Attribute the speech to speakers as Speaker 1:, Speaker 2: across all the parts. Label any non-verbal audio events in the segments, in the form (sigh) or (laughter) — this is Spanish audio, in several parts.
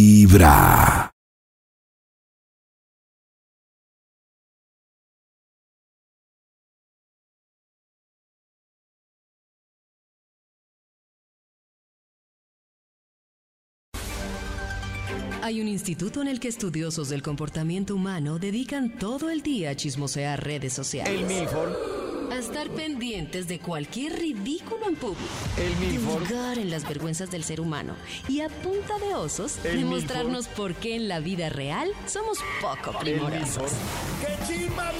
Speaker 1: Vibra.
Speaker 2: Hay un instituto en el que estudiosos del comportamiento humano dedican todo el día a chismosear redes
Speaker 3: El
Speaker 2: sociales,
Speaker 3: Milford,
Speaker 2: a estar pendientes de cualquier ridículo en público,
Speaker 3: el Milford,
Speaker 2: divulgar en las vergüenzas del ser humano y a punta de osos
Speaker 3: El
Speaker 2: demostrarnos por qué en la vida real somos poco
Speaker 3: el
Speaker 2: primorosos.
Speaker 3: Milford.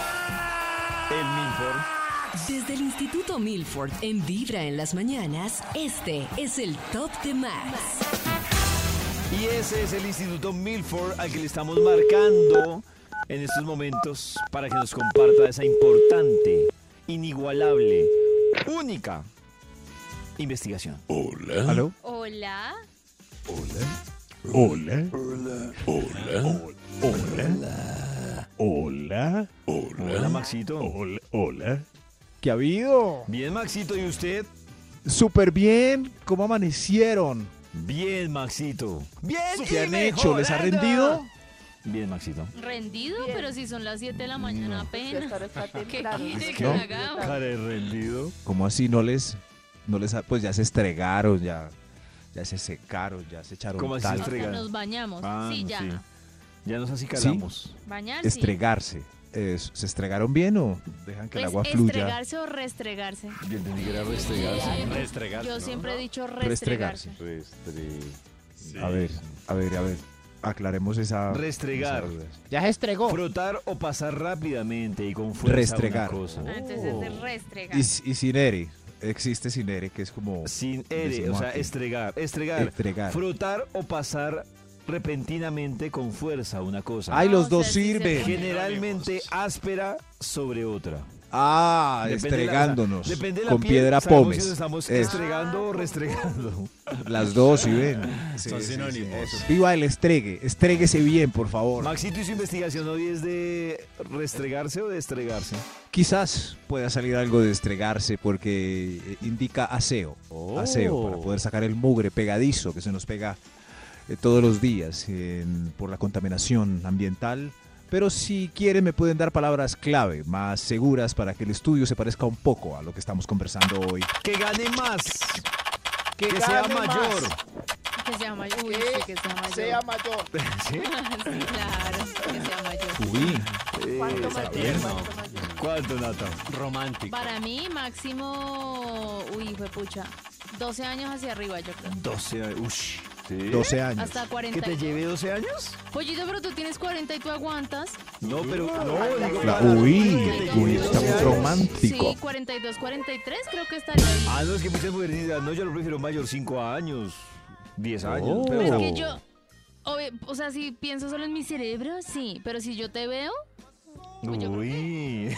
Speaker 3: El Milford,
Speaker 2: Desde el Instituto Milford en Vibra en las mañanas, este es el Top de Max.
Speaker 3: Y ese es el Instituto Milford al que le estamos marcando en estos momentos para que nos comparta esa importante, inigualable, única investigación.
Speaker 4: ¿Aló? Hola.
Speaker 5: Hola.
Speaker 4: Hola. Hola. Hola.
Speaker 3: Hola, Maxito.
Speaker 4: Hola. Hola. ¿Qué ha habido?
Speaker 3: Bien, Maxito, ¿y usted?
Speaker 4: Súper bien. ¿Cómo amanecieron?
Speaker 3: Bien, Maxito. Bien,
Speaker 4: ¿Qué
Speaker 3: y
Speaker 4: han hecho? ¿Les ha
Speaker 3: mejorando.
Speaker 4: rendido?
Speaker 3: Bien, Maxito.
Speaker 5: Rendido, pero si son las 7 de la mañana apenas.
Speaker 6: Pero está
Speaker 5: (laughs) ¿Qué
Speaker 6: temprano.
Speaker 5: quiere que
Speaker 4: No.
Speaker 5: hagamos?
Speaker 3: Cara de rendido.
Speaker 4: ¿Cómo así no les, no les, ha- pues ya se estregaron, ya, ya se secaron, ya se echaron
Speaker 3: ¿Cómo así
Speaker 4: talco?
Speaker 3: estre-
Speaker 5: Hasta
Speaker 3: Entregar.
Speaker 5: nos bañamos.
Speaker 3: Ah,
Speaker 5: sí, ya.
Speaker 3: sí. Ya nos acicalamos.
Speaker 5: Bañarse.
Speaker 4: Estregarse. Eh, ¿Se estregaron bien o dejan que
Speaker 5: Pues,
Speaker 4: el agua fluya?
Speaker 5: estregarse o restregarse.
Speaker 3: Yo entendí que era restregarse.
Speaker 5: Yo siempre he dicho
Speaker 4: Restregarse.
Speaker 5: restregarse.
Speaker 4: A ver, a ver, a ver. Aclaremos esa.
Speaker 3: Restregar.
Speaker 4: esa duda.
Speaker 7: Ya se estregó.
Speaker 3: Frotar o pasar rápidamente y con fuerza
Speaker 4: Restregar.
Speaker 3: una cosa.
Speaker 5: Ah, entonces es restregar.
Speaker 4: Oh. Y, y sin ere. Existe sin ere, que es como.
Speaker 3: Sin ere, o
Speaker 4: Decimos
Speaker 3: sea,
Speaker 4: aquí.
Speaker 3: estregar, estregar.
Speaker 4: Estregar.
Speaker 3: Frotar o pasar repentinamente con fuerza una cosa.
Speaker 4: Ay, los
Speaker 5: o sea,
Speaker 4: dos
Speaker 5: sí se
Speaker 4: sirven.
Speaker 5: puede.
Speaker 3: Generalmente áspera sobre otra.
Speaker 4: Ah,
Speaker 3: Depende de la-
Speaker 4: estregándonos.
Speaker 3: o sea, depende de la
Speaker 4: con
Speaker 3: piel,
Speaker 4: piedra
Speaker 3: sabemos
Speaker 4: pómez.
Speaker 3: si nos estamos
Speaker 4: Eso,
Speaker 3: estregando o restregando.
Speaker 4: las dos, si ven. Son sinónimos. Viva el estregue. Estréguese bien, por favor.
Speaker 3: Maxito y su investigación hoy es de restregarse o de estregarse.
Speaker 4: Quizás pueda salir algo de estregarse porque eh, indica aseo. Aseo para poder sacar el mugre pegadizo que se nos pega eh, todos los días en- por la contaminación ambiental. Pero si quieren me pueden dar palabras clave, más seguras para que el estudio se parezca un poco a lo que estamos conversando hoy.
Speaker 3: Que gane más. Que, sea
Speaker 7: gane
Speaker 3: mayor.
Speaker 5: Que sea mayor. Uy, sí, que sea mayor.
Speaker 7: Sea mayor.
Speaker 3: ¿Sí?
Speaker 5: (laughs) Sí, claro. Que sea mayor.
Speaker 4: Uy,
Speaker 6: ¿Cuánto
Speaker 3: Eh,
Speaker 6: más
Speaker 3: bien.
Speaker 6: tiempo? ¿Cuánto más tiempo?
Speaker 3: ¿Cuánto, Nata?
Speaker 5: Para mí, máximo. Uy, fue pucha. 12 años hacia arriba, yo creo.
Speaker 3: 12 años. Ush. ¿Sí?
Speaker 4: 12 años.
Speaker 5: Hasta
Speaker 3: ¿Que
Speaker 5: 40.
Speaker 3: te lleve 12 años?
Speaker 5: Pollito, pero tú tienes 40 y tú aguantas.
Speaker 3: No, pero. No, digo,
Speaker 4: La-
Speaker 3: para-
Speaker 4: uy,
Speaker 3: que te
Speaker 4: uy,
Speaker 3: lleve
Speaker 4: está
Speaker 3: 12
Speaker 4: muy
Speaker 3: años.
Speaker 4: romántico.
Speaker 5: Sí, 42, 43 creo que estaría ahí.
Speaker 3: Ah, no, es que muchas mujeres dicen, no, yo lo prefiero mayor, 5 años, 10 años.
Speaker 4: Oh.
Speaker 3: pero-
Speaker 5: Pues que yo, obvio, o sea, si pienso solo en mi cerebro, sí, pero si yo te veo,
Speaker 3: Uy.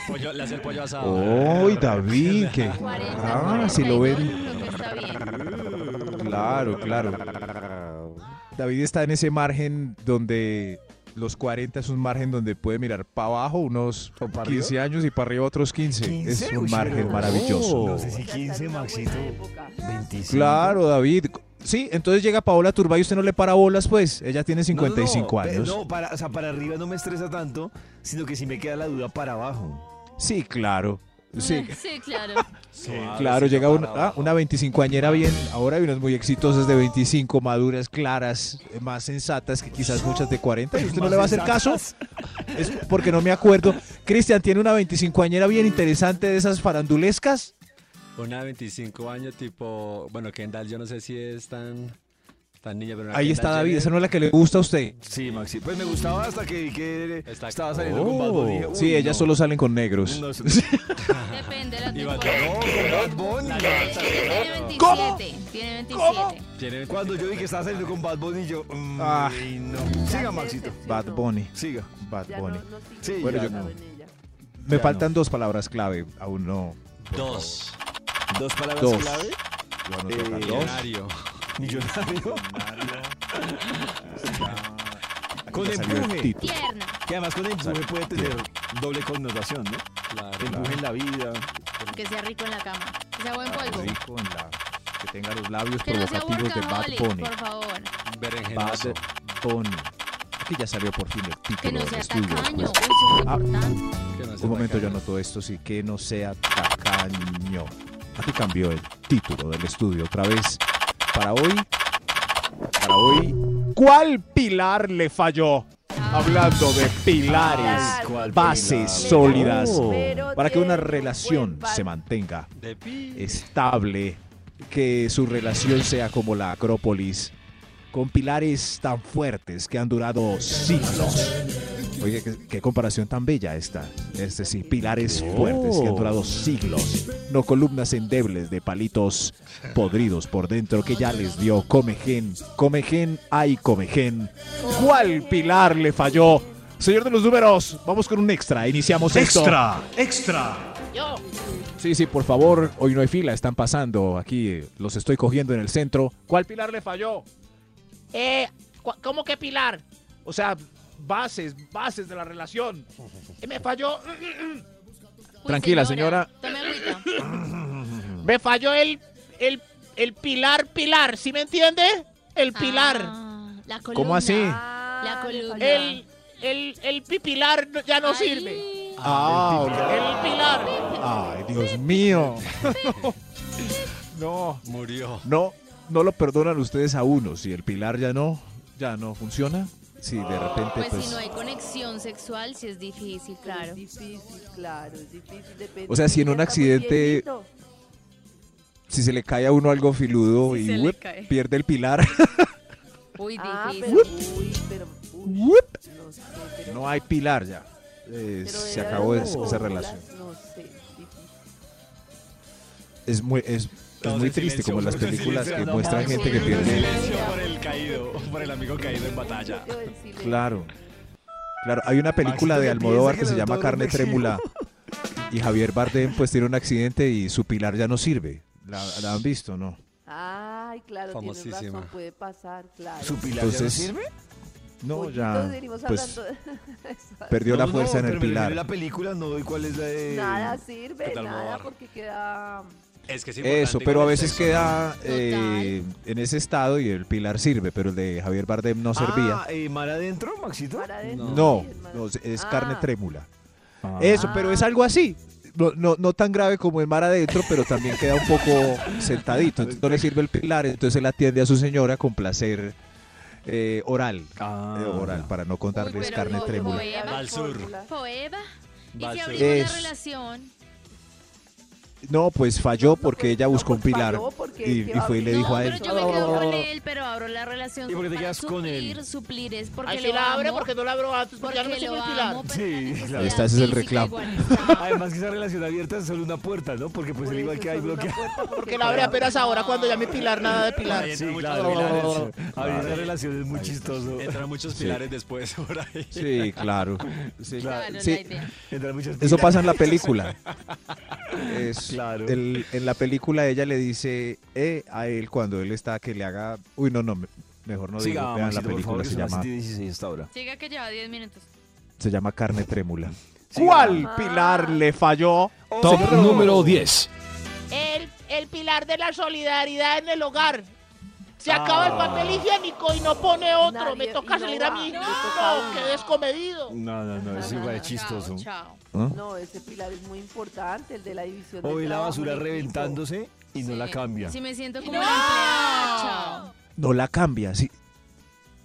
Speaker 4: Oh, ¡Uy, David! Que...
Speaker 5: 40,
Speaker 4: Ah, si lo
Speaker 5: 42,
Speaker 4: ven.
Speaker 5: yo creo que está bien.
Speaker 4: Claro, claro. David está en ese margen donde los 40 es un margen donde puede mirar para abajo unos
Speaker 3: ¿O para
Speaker 4: 15 años y para arriba otros 15. Es
Speaker 3: 15,
Speaker 4: un
Speaker 3: uy,
Speaker 4: margen
Speaker 3: pero-
Speaker 4: maravilloso.
Speaker 3: No sé si
Speaker 6: Ya está
Speaker 3: 15,
Speaker 6: en una
Speaker 3: Maxito.
Speaker 6: buena época.
Speaker 3: 25.
Speaker 4: Claro, David. Sí, entonces llega Paola Turbay y usted no le para bolas, pues. Ella tiene
Speaker 3: No, no, no,
Speaker 4: 55
Speaker 3: pe-
Speaker 4: años.
Speaker 3: No, para, o sea, para arriba no me estresa tanto, sino que si me queda la duda para abajo.
Speaker 4: Sí, claro. Sí,
Speaker 5: (laughs) Sí, claro.
Speaker 3: Ah,
Speaker 4: claro, llega una, ah, una 25añera bien, ahora hay unas muy exitosas de 25, maduras, claras, eh, más sensatas que quizás muchas de 40. ¿Y usted no le va a hacer caso? Es porque no me acuerdo. Cristian tiene una 25añera bien interesante de esas farandulescas.
Speaker 8: Una de 25 años, tipo. Bueno, Kendall, yo no sé si es tan, tan niña, pero. una
Speaker 4: Ahí está
Speaker 8: Kendall
Speaker 4: David,
Speaker 8: Jenner-
Speaker 4: esa no es la que le gusta a usted.
Speaker 3: Sí, Maxi. Pues me gustaba hasta que vi que
Speaker 8: Está-
Speaker 3: estaba saliendo con Bad Bunny. Dije,
Speaker 4: Oh, sí,
Speaker 3: uy,
Speaker 4: ellas
Speaker 3: no.
Speaker 4: solo salen con negros. (laughs)
Speaker 3: No, eso no.
Speaker 5: Depende de la
Speaker 8: Iba a
Speaker 5: temporada.
Speaker 3: Con Bad Bunny.
Speaker 5: Ella Tiene 27, tiene 27.
Speaker 8: Tiene
Speaker 3: Cuando yo vi que estaba saliendo con Bad Bunny, yo. mm,
Speaker 4: Ah.
Speaker 3: ay, no. Siga,
Speaker 6: Ya se
Speaker 3: Maxito.
Speaker 6: decepcionó.
Speaker 4: Bad Bunny,
Speaker 3: Siga.
Speaker 4: Bad
Speaker 6: Ya no-
Speaker 4: Bunny.
Speaker 6: no sigue
Speaker 3: Sí,
Speaker 4: Bueno, yo-
Speaker 6: interesado en ella.
Speaker 4: Me
Speaker 3: ya
Speaker 4: faltan dos palabras clave, aún no.
Speaker 8: dos.
Speaker 3: Dos palabras
Speaker 4: Dos.
Speaker 3: clave.
Speaker 4: lo anoto acá,
Speaker 3: Eh,
Speaker 4: dos.
Speaker 8: Millonario.
Speaker 3: Millonario. con
Speaker 4: Ya salió el
Speaker 3: empuje.
Speaker 4: título.
Speaker 5: Tierna.
Speaker 3: Que además con empuje puede tener doble connotación, ¿no?
Speaker 8: Claro.
Speaker 3: Que empuje en la vida.
Speaker 5: Que sea rico en la cama. Que sea buen polvo.
Speaker 4: Rico en la- Que tenga los labios
Speaker 5: Que no sea
Speaker 4: provocativos de Bad
Speaker 5: workaholic,
Speaker 4: Bunny.
Speaker 5: por favor.
Speaker 8: Berenjenoso.
Speaker 4: Bad- ratón. Aquí ya salió por fin el título
Speaker 5: Que no
Speaker 4: del
Speaker 5: sea
Speaker 4: estudio.
Speaker 5: tacaño. Uy,
Speaker 4: pues.
Speaker 5: eso es
Speaker 4: Ah.
Speaker 5: importante.
Speaker 8: Que no se
Speaker 4: Un momento yo
Speaker 8: atacan.
Speaker 4: anoto esto, sí, que no sea tacaño. Aquí cambió el título del estudio otra vez. Para hoy, para hoy, ¿cuál pilar le falló? Hablando de pilares,
Speaker 3: ¿Cuál
Speaker 4: bases
Speaker 3: pilar?
Speaker 4: sólidas,
Speaker 3: Oh.
Speaker 4: para que una relación se mantenga
Speaker 8: De pi.
Speaker 4: estable, que su relación sea como la Acrópolis, con pilares tan fuertes que han durado siglos. Oye, qué, qué comparación tan bella esta. Este sí, pilares fuertes que han durado siglos, no columnas endebles de palitos podridos por dentro que ya les dio comején, comején, ay comején. ¿Cuál pilar le falló? Señor de los números, vamos con un extra. Iniciamos esto. Sí, sí, por favor, hoy no hay fila, están pasando. Aquí eh, los estoy cogiendo en el centro. ¿Cuál pilar le falló?
Speaker 1: Eh, cu- ¿Cómo que Pilar?
Speaker 4: O sea, bases, bases de la relación.
Speaker 1: (laughs) Eh, Me falló,
Speaker 5: Uy,
Speaker 4: Tranquila,
Speaker 5: Tome agüita.
Speaker 1: me falló el, el, el Pilar Pilar, ¿sí me entiende? El (laughs) Pilar. Ah,
Speaker 5: Ah, la columna.
Speaker 4: ¿Cómo así?
Speaker 5: La columna.
Speaker 1: El, el, el Pipilar no- ya no
Speaker 5: Ay.
Speaker 1: sirve.
Speaker 4: Ah,
Speaker 1: El Pilar.
Speaker 4: ay, Dios mío. (laughs) No,
Speaker 8: Murió.
Speaker 4: no, no lo perdonan ustedes a uno. Si el pilar ya no, ya no funciona. Si de repente,
Speaker 5: Pues, si
Speaker 4: pues.
Speaker 5: no hay conexión sexual, sí es difícil, claro.
Speaker 6: Es difícil, claro, es difícil. depende.
Speaker 4: O sea, si en un
Speaker 6: Ya está muy
Speaker 4: accidente-
Speaker 6: viejito.
Speaker 4: Si se le cae a uno algo filudo
Speaker 5: Si
Speaker 4: y
Speaker 5: se le
Speaker 4: whip,
Speaker 5: cae.
Speaker 4: pierde el
Speaker 5: (laughs)
Speaker 4: pilar. (laughs)
Speaker 5: Muy
Speaker 6: Ah,
Speaker 5: difícil.
Speaker 6: pero, uy, pero, uy,
Speaker 4: Whip.
Speaker 6: no sé, pero-
Speaker 4: No hay pilar ya. Eh,
Speaker 6: pero
Speaker 4: se
Speaker 6: era
Speaker 4: acabó
Speaker 6: una
Speaker 4: esa- esa
Speaker 6: fórmula,
Speaker 4: relación.
Speaker 6: No sé, difícil.
Speaker 4: Es muy, es, es
Speaker 8: Todos
Speaker 4: muy
Speaker 8: en
Speaker 4: triste
Speaker 8: silencio,
Speaker 4: como en las
Speaker 8: todos en
Speaker 4: películas
Speaker 8: silencio,
Speaker 4: que
Speaker 8: no
Speaker 4: muestran
Speaker 8: mames.
Speaker 4: gente que
Speaker 8: Sí,
Speaker 4: pierde.
Speaker 8: Silencio por el caído, por el amigo caído en batalla.
Speaker 6: Yo en silencio.
Speaker 4: Claro. Claro, hay una película
Speaker 8: Maxito,
Speaker 4: de
Speaker 8: que
Speaker 4: Almodóvar
Speaker 8: piense
Speaker 4: que
Speaker 8: que
Speaker 4: se
Speaker 8: los
Speaker 4: llama
Speaker 8: dos
Speaker 4: Carne
Speaker 8: son (laughs)
Speaker 4: Trémula y Javier Bardem pues tiene un accidente y su pilar ya no sirve. ¿La, la han visto, no?
Speaker 6: Ay, claro, tienes razón,
Speaker 8: Famosísima.
Speaker 6: puede pasar, claro.
Speaker 3: ¿Su pilar ya no
Speaker 4: Entonces-
Speaker 3: sirve?
Speaker 4: No,
Speaker 6: Oye,
Speaker 4: ya
Speaker 6: entonces venimos
Speaker 4: pues
Speaker 6: hablando de-
Speaker 4: perdió la
Speaker 3: No,
Speaker 4: fuerza
Speaker 3: no,
Speaker 4: en el
Speaker 3: pero me refiero a
Speaker 4: pilar.
Speaker 3: La película no doy cuál es la de...
Speaker 6: Nada sirve,
Speaker 8: ¿Qué tal,
Speaker 6: nada,
Speaker 8: Mobar?
Speaker 6: porque queda...
Speaker 8: Es que es importante
Speaker 4: Eso,
Speaker 8: igual
Speaker 4: pero a
Speaker 8: el
Speaker 4: veces
Speaker 8: sexo,
Speaker 4: queda eh, en ese estado y el pilar sirve, pero el de Javier Bardem no servía.
Speaker 3: Ah, eh, ¿Mar adentro, Maxito?
Speaker 6: Para adentro,
Speaker 4: No,
Speaker 6: sí, es más-
Speaker 4: no, es Carne
Speaker 6: Ah,
Speaker 4: Trémula.
Speaker 5: Ah.
Speaker 4: Eso, pero es algo así. No, no, no tan grave como el mar adentro, pero también queda un
Speaker 5: (laughs)
Speaker 4: poco sentadito. Entonces no le sirve el pilar, entonces él atiende a su señora con placer eh, oral.
Speaker 3: Ah.
Speaker 4: Eh, oral, para no contarles
Speaker 5: Ah. Uy, pero
Speaker 4: carne
Speaker 5: no,
Speaker 4: trémula.
Speaker 5: no, Eva.
Speaker 6: la
Speaker 8: Al sur.
Speaker 6: fórmula.
Speaker 5: Poeba. Y
Speaker 8: Va
Speaker 5: si
Speaker 8: al
Speaker 5: abrimos
Speaker 8: sur.
Speaker 4: Es-
Speaker 5: la relación.
Speaker 4: No, pues falló
Speaker 6: pues,
Speaker 4: porque ella
Speaker 6: no,
Speaker 4: buscó un
Speaker 6: pues,
Speaker 4: pilar
Speaker 6: falló, porque
Speaker 4: y,
Speaker 6: qué
Speaker 4: y fue y le
Speaker 6: va-
Speaker 4: dijo
Speaker 5: no,
Speaker 4: a
Speaker 5: pero
Speaker 4: él.
Speaker 5: yo me quedo
Speaker 4: Oh.
Speaker 5: con él, pero abro la relación.
Speaker 3: ¿Y por qué te
Speaker 5: para
Speaker 3: quedas con él?
Speaker 5: suplir, Suplir es porque
Speaker 1: Ay,
Speaker 5: lo
Speaker 1: si la abre
Speaker 5: amo,
Speaker 1: porque no la abro antes, porque ya no me
Speaker 5: porque
Speaker 1: sirve el
Speaker 5: lo
Speaker 1: Pilar.
Speaker 5: amo, pero la
Speaker 3: Sí,
Speaker 5: necesidad
Speaker 3: claro.
Speaker 4: Este es el
Speaker 5: física
Speaker 4: reclamo.
Speaker 5: igual está.
Speaker 3: Además que esa relación abierta es solo una puerta, ¿no? Porque pues
Speaker 6: Por
Speaker 3: el igual
Speaker 6: eso
Speaker 3: que hay
Speaker 6: solo una
Speaker 3: bloqueado.
Speaker 6: puerta,
Speaker 1: Porque la abre apenas ahora cuando ya mi Pilar nada de Pilar.
Speaker 3: (laughs)
Speaker 8: Ahí
Speaker 3: Sí,
Speaker 8: entran muchos
Speaker 3: claro,
Speaker 8: pilares.
Speaker 3: claro. Abrir la relación es muy chistoso.
Speaker 8: Entran muchos
Speaker 4: Sí.
Speaker 8: pilares después (laughs) por ahí.
Speaker 4: (laughs) Sí, claro. Sí,
Speaker 5: Claro,
Speaker 4: Sí,
Speaker 5: la idea.
Speaker 3: Entran muchas
Speaker 4: Eso
Speaker 3: pilares.
Speaker 4: pasa en la película. Es-
Speaker 3: Claro.
Speaker 4: el- en la película ella le dice eh, a él cuando él está que le haga... Uy, no, no, me- mejor no digo.
Speaker 3: Siga,
Speaker 4: Vean
Speaker 3: Maxito,
Speaker 4: la
Speaker 3: por favor,
Speaker 4: película,
Speaker 3: que
Speaker 4: se
Speaker 3: son las
Speaker 4: llama,
Speaker 3: 7:16 hasta ahora.
Speaker 5: Siga que lleva 10 minutos.
Speaker 4: se llama Carne Trémula.
Speaker 3: Siga.
Speaker 4: ¿Cuál pilar le falló?
Speaker 3: Top número
Speaker 7: 10.
Speaker 1: El, el Pilar de la solidaridad en el hogar. Se acaba el papel higiénico y no pone otro.
Speaker 6: Nadie-
Speaker 1: me toca
Speaker 6: y no
Speaker 1: salir a
Speaker 6: va,
Speaker 1: mí.
Speaker 6: no.
Speaker 1: No, qué descomedido.
Speaker 3: No, no, no, es igual chistoso.
Speaker 5: Chao, chao.
Speaker 4: ¿Ah?
Speaker 6: No, ese pilar es muy importante, el de la división
Speaker 3: O
Speaker 6: de
Speaker 3: ve la
Speaker 6: trabajo
Speaker 3: basura
Speaker 6: en equipo.
Speaker 3: reventándose y no
Speaker 5: Sí.
Speaker 3: la cambia.
Speaker 5: Eh, Si me siento como una empleada, chao.
Speaker 4: No la cambia, sí.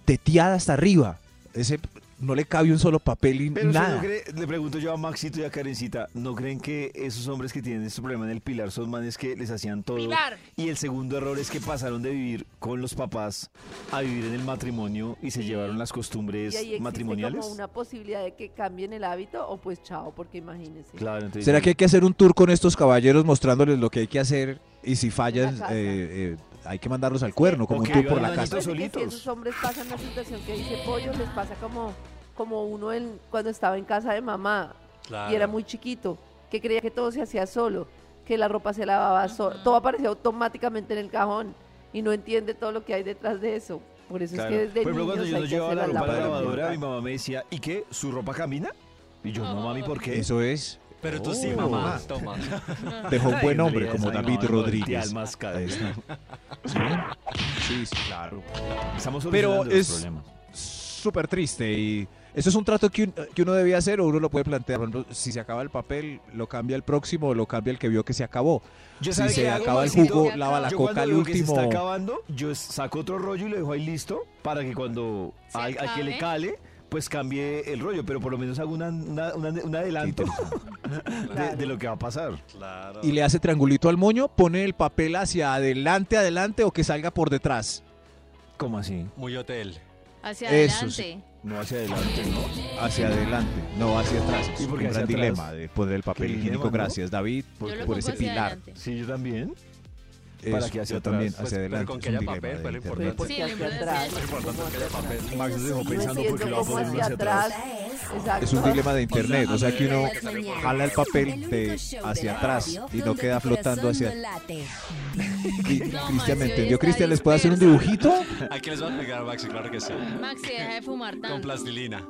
Speaker 4: Teteada hasta arriba. Ese no le cabe un solo papel y
Speaker 3: Pero usted
Speaker 4: nada.
Speaker 3: no cree- le pregunto yo a Maxito y a Karencita, ¿no creen que esos hombres que tienen este problema en el pilar son manes que les hacían todo?
Speaker 1: Pilar.
Speaker 3: Y el segundo error es que pasaron de vivir con los papás a vivir en el matrimonio y se llevaron las
Speaker 6: Y
Speaker 3: costumbres
Speaker 6: ahí existe
Speaker 3: matrimoniales.
Speaker 6: como una posibilidad de que cambien el hábito o pues chao, porque imagínense.
Speaker 3: Claro, entonces-
Speaker 4: ¿Será que hay que hacer un tour con estos caballeros mostrándoles lo que hay que hacer? Y si fallan,
Speaker 6: casa.
Speaker 4: eh, eh, hay que mandarlos al cuerno, como
Speaker 3: Ok,
Speaker 4: un tour por
Speaker 3: van
Speaker 4: la
Speaker 3: al
Speaker 4: casa.
Speaker 6: Pues es que
Speaker 3: solitos.
Speaker 6: Si esos hombres pasan la situación que dice Pollo, les pasa como, como uno en, cuando estaba en casa de mamá
Speaker 8: Claro.
Speaker 6: y era muy chiquito, que creía que todo se hacía solo, que la ropa se lavaba solo, todo aparecía automáticamente en el cajón y no entiende todo lo que hay detrás de eso. Por eso
Speaker 3: Claro.
Speaker 6: es que desde
Speaker 3: Por ejemplo,
Speaker 6: niños
Speaker 3: cuando yo
Speaker 6: hay
Speaker 3: no
Speaker 6: que
Speaker 3: llevaba
Speaker 6: hacer
Speaker 3: la ropa a la
Speaker 6: lavadora
Speaker 3: lavadora,
Speaker 6: temprana.
Speaker 3: mi mamá me decía, ¿y qué? ¿Su ropa camina? Y yo, no, mami, ¿por qué?
Speaker 4: Eso es.
Speaker 8: Pero tú sí,
Speaker 4: Oh.
Speaker 8: mamá. Toma. (laughs)
Speaker 4: Dejó un buen hombre como
Speaker 3: Ah. Ay,
Speaker 4: David
Speaker 3: mamá,
Speaker 4: Rodríguez.
Speaker 3: al más caro.
Speaker 4: Ahí está. Sí, sí, claro.
Speaker 3: Estamos
Speaker 4: Pero
Speaker 3: solucionando los
Speaker 4: es-
Speaker 3: problemas.
Speaker 4: súper triste y eso es un trato que, un- que uno debía hacer o uno lo puede plantear. Por ejemplo, si se acaba el papel, lo cambia el próximo o lo cambia el que vio que se acabó.
Speaker 3: Yo
Speaker 4: si
Speaker 3: ¿sabe qué
Speaker 4: se
Speaker 3: hago,
Speaker 4: acaba el
Speaker 3: Maxito?
Speaker 4: jugo, lava la
Speaker 3: Yo
Speaker 4: coca
Speaker 3: cuando
Speaker 4: al
Speaker 3: veo que
Speaker 4: último.
Speaker 3: se está acabando, yo saco otro rollo y lo dejo ahí listo para que cuando
Speaker 5: Se
Speaker 3: a, a quien le
Speaker 5: acabe.
Speaker 3: cale, pues cambie el rollo, pero por lo menos hago una- una- una- un adelanto (laughs) de, de lo que va a pasar.
Speaker 8: Claro.
Speaker 4: y le hace triangulito al moño, pone el papel hacia adelante, adelante o que salga por detrás.
Speaker 3: ¿Cómo así?
Speaker 8: Muy hotel.
Speaker 5: Hacia
Speaker 4: Eso
Speaker 5: adelante.
Speaker 4: sí. No hacia adelante, ¿no? Hacia adelante, no hacia atrás. Es
Speaker 3: ¿Y
Speaker 4: un
Speaker 3: por qué
Speaker 4: gran
Speaker 3: hacia atrás?
Speaker 4: dilema de poner el papel
Speaker 3: Qué
Speaker 4: higiénico.
Speaker 3: dilema, ¿no?
Speaker 4: Gracias, David,
Speaker 5: Yo
Speaker 4: por,
Speaker 5: lo
Speaker 4: por
Speaker 5: pongo
Speaker 4: ese
Speaker 5: hacia
Speaker 4: pilar.
Speaker 5: adelante.
Speaker 3: Sí, yo también.
Speaker 4: Eso,
Speaker 3: que hacia
Speaker 4: yo
Speaker 3: atrás,
Speaker 4: también,
Speaker 8: pues,
Speaker 4: hacia
Speaker 8: pero
Speaker 4: adelante.
Speaker 8: con
Speaker 4: es
Speaker 8: que
Speaker 4: un
Speaker 8: haya
Speaker 4: dilema
Speaker 8: papel,
Speaker 4: de
Speaker 8: fue lo
Speaker 4: internet.
Speaker 6: Pero
Speaker 8: importante.
Speaker 6: ¿por qué
Speaker 5: Sí,
Speaker 6: hacia
Speaker 5: lo
Speaker 6: atrás?
Speaker 5: importante
Speaker 3: Max nos dejó
Speaker 6: Yo
Speaker 3: pensando
Speaker 6: siento
Speaker 3: porque lo va a
Speaker 6: como
Speaker 3: poner uno
Speaker 6: hacia
Speaker 3: hacia atrás.
Speaker 6: atrás.
Speaker 4: Es un
Speaker 6: Exacto.
Speaker 4: dilema de internet, o sea que uno jala el papel de hacia atrás y no queda flotando hacia... Y
Speaker 5: No,
Speaker 4: Cristian, ¿me
Speaker 5: Maxi, hoy
Speaker 4: entendió?
Speaker 5: está
Speaker 4: Cristian, ¿les puedo hacer un dibujito?
Speaker 8: Aquí les va a explicar, Maxi, claro que sí.
Speaker 5: Maxi, deja de fumar
Speaker 8: Con
Speaker 5: tanto.
Speaker 8: plastilina.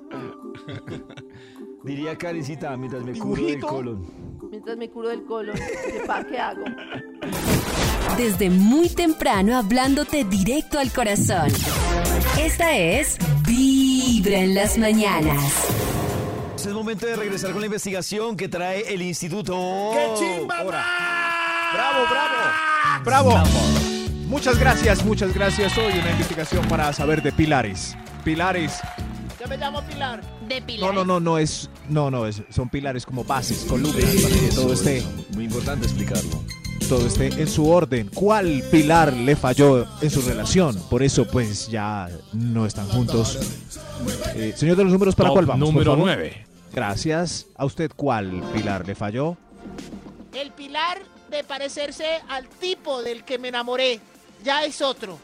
Speaker 3: Diría Karencita mientras me curo el colon.
Speaker 6: Mientras me curo del colon, sepa qué hago.
Speaker 2: Desde muy temprano hablándote directo al corazón. Esta es Vibra en las mañanas.
Speaker 3: Este Es momento de regresar con la investigación que trae el instituto.
Speaker 1: ¡Qué chimba!
Speaker 4: Ahora.
Speaker 1: Max!
Speaker 4: ¡Bravo, bravo! ¡Bravo! Muchas gracias, muchas gracias. Hoy una investigación para saber de pilares. Pilares.
Speaker 1: Yo me llamo Pilar.
Speaker 5: De
Speaker 4: No,
Speaker 5: pilar.
Speaker 4: no, no, no es. No, no, es- son pilares como bases, columnas, para que todo esté,
Speaker 3: Muy importante explicarlo.
Speaker 4: todo esté en su orden. ¿Cuál pilar le falló en su relación? Por eso, pues ya no están juntos. Eh, señor de los números, ¿para cuál vamos? por
Speaker 7: Número
Speaker 4: favor?
Speaker 7: 9.
Speaker 4: Gracias. ¿A usted cuál pilar le falló?
Speaker 1: El pilar de parecerse al tipo del que me enamoré ya es otro.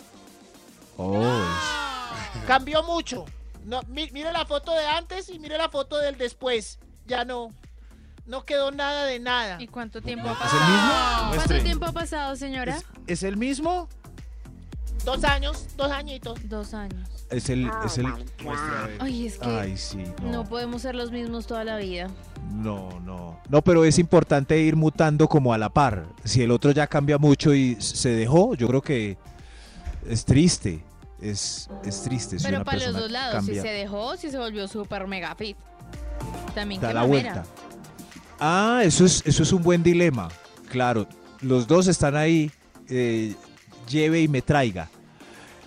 Speaker 4: Oh, es-
Speaker 1: Cambió mucho. No, mi- mire la foto de antes y mire la foto del después. Ya no. No quedó nada de nada.
Speaker 5: ¿Y cuánto tiempo ha
Speaker 4: el mismo?
Speaker 5: pasado? ¿Cuánto
Speaker 7: Muestre.
Speaker 5: tiempo ha pasado, señora?
Speaker 4: ¿Es, es el mismo?
Speaker 1: Dos años, dos añitos.
Speaker 5: Dos años.
Speaker 4: Es el. Es el
Speaker 3: Pues,
Speaker 5: Ay, es que
Speaker 4: ay, sí.
Speaker 5: no podemos ser los mismos toda la vida.
Speaker 4: No, no. No, pero es importante ir mutando como a la par. Si el otro ya cambia mucho y se dejó, yo creo que es triste. Es, es triste. si
Speaker 5: Pero
Speaker 4: una
Speaker 5: para los
Speaker 4: persona
Speaker 5: dos lados, si
Speaker 4: cambia,
Speaker 5: se dejó, si se volvió super mega fit. También
Speaker 4: da
Speaker 5: qué
Speaker 4: la
Speaker 5: mamera.
Speaker 4: vuelta. Ah, eso es, eso es un buen dilema. Claro, los dos están ahí, eh, lleve y me traiga.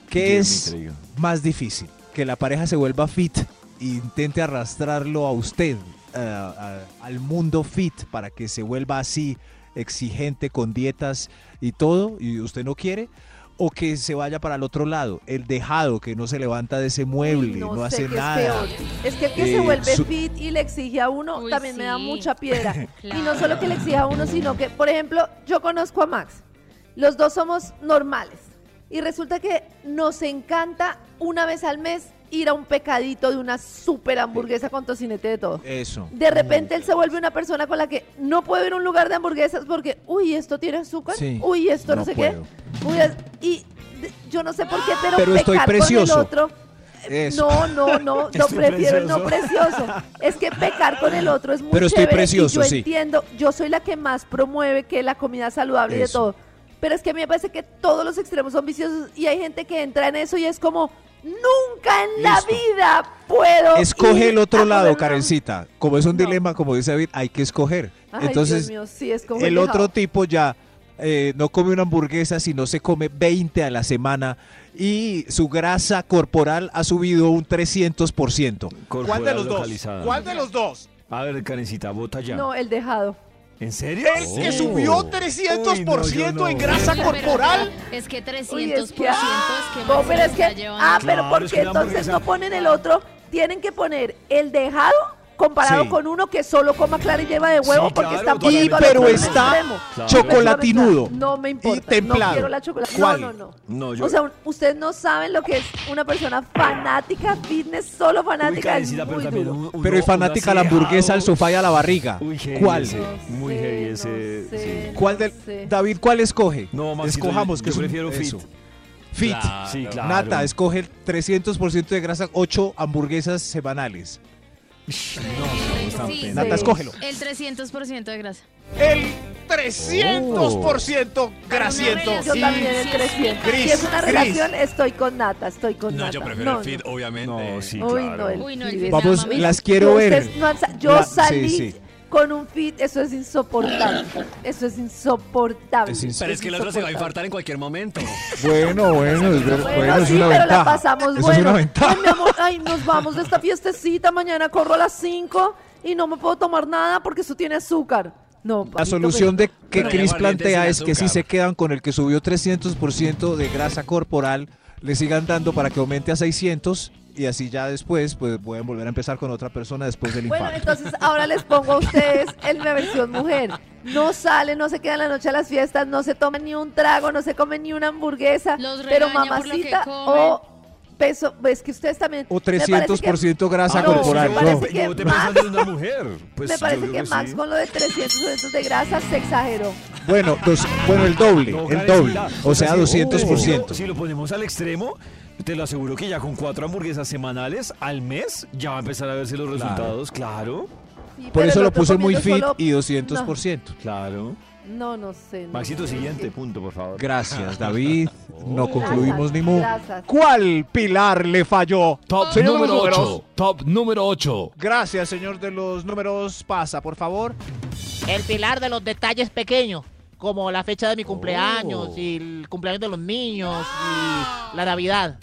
Speaker 4: ¿Qué
Speaker 3: Lleve y me
Speaker 4: es
Speaker 3: traiga.
Speaker 4: más difícil? Que la pareja se vuelva fit e intente arrastrarlo a usted, a- a- al mundo fit, para que se vuelva así, exigente, con dietas y todo, y usted no quiere. O que se vaya para el otro lado, el dejado que no se levanta de ese mueble,
Speaker 6: Uy,
Speaker 4: no,
Speaker 6: sé
Speaker 4: hace
Speaker 6: qué
Speaker 4: nada.
Speaker 6: Es, peor. Es que el que
Speaker 4: Eh,
Speaker 6: se vuelve
Speaker 4: su-
Speaker 6: fit y le exige a uno
Speaker 5: Uy,
Speaker 6: también me da
Speaker 5: sí.
Speaker 6: mucha piedra.
Speaker 4: (laughs)
Speaker 6: Y no
Speaker 5: Claro.
Speaker 6: solo que le exija a uno, sino que, por ejemplo, yo conozco a Max. Los dos somos normales. Y resulta que nos encanta una vez al mes ir a un pecadito de una super hamburguesa con tocinete de todo.
Speaker 4: Eso.
Speaker 6: De repente él se vuelve una persona con la que no puedo ir a un lugar de hamburguesas porque, uy, esto tiene azúcar,
Speaker 4: Sí,
Speaker 6: uy, esto no,
Speaker 4: no
Speaker 6: sé
Speaker 4: puedo.
Speaker 6: qué. Uy, es- y de- yo no sé por qué, pero,
Speaker 4: Pero estoy
Speaker 6: pecar
Speaker 4: precioso.
Speaker 6: con el otro. eh,
Speaker 4: Eso. (laughs)
Speaker 6: No, no, no, no
Speaker 3: Estoy
Speaker 6: prefiero el no
Speaker 3: precioso.
Speaker 6: precioso. Es que pecar con el otro es muy
Speaker 4: Pero estoy
Speaker 6: chévere y
Speaker 4: precioso,
Speaker 6: yo
Speaker 4: sí.
Speaker 6: entiendo, yo soy la que más promueve que la comida saludable y de
Speaker 4: Eso.
Speaker 6: todo. Pero es que a mí me parece que todos los extremos son viciosos y hay gente que entra en eso y es como, nunca en la
Speaker 4: Listo.
Speaker 6: vida puedo.
Speaker 4: Escoge
Speaker 6: ir
Speaker 4: el otro
Speaker 6: a comer
Speaker 4: lado,
Speaker 6: una-
Speaker 4: Karencita. Como es un
Speaker 6: No.
Speaker 4: dilema, como dice David, hay que escoger.
Speaker 6: Ay,
Speaker 4: Entonces,
Speaker 6: Dios mío, sí, es como
Speaker 4: el otro
Speaker 6: dejado.
Speaker 4: tipo ya eh, no come una hamburguesa, sino se come 20 a la semana y su grasa corporal ha subido un 300%.
Speaker 3: Corporal
Speaker 7: de los dos?
Speaker 3: localizada.
Speaker 7: ¿Cuál de los dos?
Speaker 3: A ver, Karencita, vota ya.
Speaker 6: No, el dejado.
Speaker 3: ¿En serio? Oh.
Speaker 7: El que subió 300%
Speaker 3: Uy, no, yo no.
Speaker 7: en grasa
Speaker 5: Pero, pero,
Speaker 7: corporal.
Speaker 5: pero, Es que 300%
Speaker 6: Uy,
Speaker 5: es que,
Speaker 6: ah, No, pero es
Speaker 5: está
Speaker 6: que... Ah,
Speaker 5: llevando.
Speaker 6: pero
Speaker 3: Claro,
Speaker 6: ¿por
Speaker 3: es que
Speaker 6: qué
Speaker 3: la
Speaker 6: entonces
Speaker 3: hamburguesa-
Speaker 6: no ponen el otro? Tienen que poner el dejado comparado
Speaker 4: Sí.
Speaker 6: con uno que solo coma clara y lleva de
Speaker 3: Sí,
Speaker 6: huevo porque
Speaker 3: claro,
Speaker 6: están
Speaker 3: totalmente.
Speaker 6: poniendo al
Speaker 3: Y, pero
Speaker 6: otro en un
Speaker 4: está
Speaker 6: extremo.
Speaker 3: Claro.
Speaker 4: chocolatinudo
Speaker 6: No me importa.
Speaker 4: y templado.
Speaker 6: No quiero la chocolate.
Speaker 4: ¿Cuál?
Speaker 6: No, no, no.
Speaker 3: No, yo-
Speaker 6: O sea, un- ustedes no saben lo que es una persona fanática fitness, solo
Speaker 3: Uy,
Speaker 6: fanática. es
Speaker 3: Karencita,
Speaker 6: muy
Speaker 3: pero también
Speaker 6: duro.
Speaker 3: un- uno-
Speaker 4: Pero es fanática a la
Speaker 3: uno así
Speaker 4: hamburguesa, al
Speaker 3: dejado.
Speaker 4: sofá y a la barriga.
Speaker 3: Uy, heavy
Speaker 4: ¿Cuál?
Speaker 3: ese. Muy
Speaker 6: sé,
Speaker 3: heavy
Speaker 6: no
Speaker 3: ese.
Speaker 6: sé.
Speaker 3: sí.
Speaker 4: ¿Cuál del-
Speaker 6: No sé.
Speaker 4: David, ¿cuál escoge?
Speaker 3: No, Maxito,
Speaker 4: Escojamos,
Speaker 3: yo-
Speaker 4: que
Speaker 3: yo
Speaker 4: es un-
Speaker 3: prefiero fit.
Speaker 4: eso. Fit.
Speaker 7: Claro.
Speaker 3: Sí, claro.
Speaker 4: Nata, escoge el 300% de grasa, 8 hamburguesas semanales.
Speaker 5: Sí,
Speaker 3: tan
Speaker 5: sí.
Speaker 3: pena.
Speaker 4: Nata, escógelo.
Speaker 5: El 300% de grasa.
Speaker 7: El 300% grasiento.
Speaker 5: relación
Speaker 6: Yo
Speaker 5: Sí,
Speaker 6: también
Speaker 5: sí,
Speaker 6: el 300.
Speaker 7: sí.
Speaker 6: si es una
Speaker 7: Gris,
Speaker 6: relación, estoy con Nata, estoy con
Speaker 8: No,
Speaker 6: Nata.
Speaker 8: yo prefiero
Speaker 6: No,
Speaker 8: el feed,
Speaker 6: no.
Speaker 8: obviamente.
Speaker 3: No, sí,
Speaker 6: Uy,
Speaker 3: claro.
Speaker 6: no, el
Speaker 5: Uy, no,
Speaker 6: feed
Speaker 5: el
Speaker 6: es-
Speaker 5: feed
Speaker 4: Vamos,
Speaker 5: Mami.
Speaker 4: las quiero ver.
Speaker 6: Ustedes no han sa- yo
Speaker 4: La- sí,
Speaker 6: salí
Speaker 4: sí.
Speaker 6: con un feed, eso es insoportable. Eso es insoportable.
Speaker 4: Es ins-
Speaker 8: Pero es que el otro se va a infartar en cualquier momento.
Speaker 4: Oh. Bueno, bueno, es, ver-
Speaker 6: Bueno,
Speaker 4: bueno, es
Speaker 6: sí,
Speaker 4: una
Speaker 6: pero
Speaker 4: ventaja.
Speaker 6: la pasamos
Speaker 4: Eso
Speaker 6: bueno.
Speaker 4: es una ventaja.
Speaker 6: Ay, mi amor, ay, nos vamos de esta fiestecita, mañana corro a las 5 y no me puedo tomar nada porque eso tiene azúcar. No,
Speaker 4: La
Speaker 6: papito,
Speaker 4: solución
Speaker 6: pero-
Speaker 4: de que
Speaker 8: Pero
Speaker 4: Chris
Speaker 8: hay aguardiente
Speaker 4: plantea
Speaker 8: sin
Speaker 4: es que si
Speaker 8: azúcar.
Speaker 4: se quedan con el que subió 300% de grasa corporal, le sigan dando para que aumente a 600 y así ya después pues pueden volver a empezar con otra persona después del
Speaker 6: Bueno,
Speaker 4: infarto.
Speaker 6: entonces ahora les pongo a ustedes el- la versión mujer. No salen, no se quedan la noche a las fiestas, no se toman ni un trago, no se comen ni una hamburguesa.
Speaker 5: Los
Speaker 6: pero
Speaker 5: regaña por lo que
Speaker 6: mamacita
Speaker 5: comen.
Speaker 6: o peso, es que ustedes también.
Speaker 4: o
Speaker 6: me parece que-
Speaker 4: 300% grasa
Speaker 6: Ah, no,
Speaker 4: corporal.
Speaker 6: me
Speaker 4: no.
Speaker 6: parece que Max-
Speaker 3: en una mujer. Pues
Speaker 6: me
Speaker 3: yo
Speaker 6: parece
Speaker 3: creo
Speaker 6: que Max
Speaker 3: sí.
Speaker 6: con lo de 300 eventos de grasa se exageró.
Speaker 4: Bueno, dos- bueno, el doble,
Speaker 3: No,
Speaker 4: el
Speaker 3: Karen, sí,
Speaker 4: doble,
Speaker 3: la-
Speaker 4: o sea,
Speaker 3: si-
Speaker 4: 200%.
Speaker 3: Si lo ponemos al extremo, te lo aseguro que ya con cuatro hamburguesas semanales al mes ya va a empezar a verse los resultados, claro.
Speaker 6: Sí,
Speaker 4: Por
Speaker 6: pero
Speaker 4: eso
Speaker 6: el
Speaker 4: lo
Speaker 6: otro
Speaker 4: puse muy fit
Speaker 6: comiendo solo-
Speaker 4: y 200%.
Speaker 3: Claro.
Speaker 6: No, no, no sé. no
Speaker 3: Maxito,
Speaker 6: sé.
Speaker 3: siguiente punto, por favor.
Speaker 4: Gracias, David. No
Speaker 6: Gracias,
Speaker 4: concluimos ni mu.
Speaker 6: gracias.
Speaker 4: ¿Cuál pilar le falló?
Speaker 9: Top
Speaker 4: Señor
Speaker 9: número
Speaker 4: números.
Speaker 9: 8. Top número 8.
Speaker 4: Gracias, señor de los números. Pasa, por favor.
Speaker 1: El pilar de los detalles pequeños, como la fecha de
Speaker 3: Oh.
Speaker 1: mi cumpleaños y el cumpleaños de los niños y la Navidad.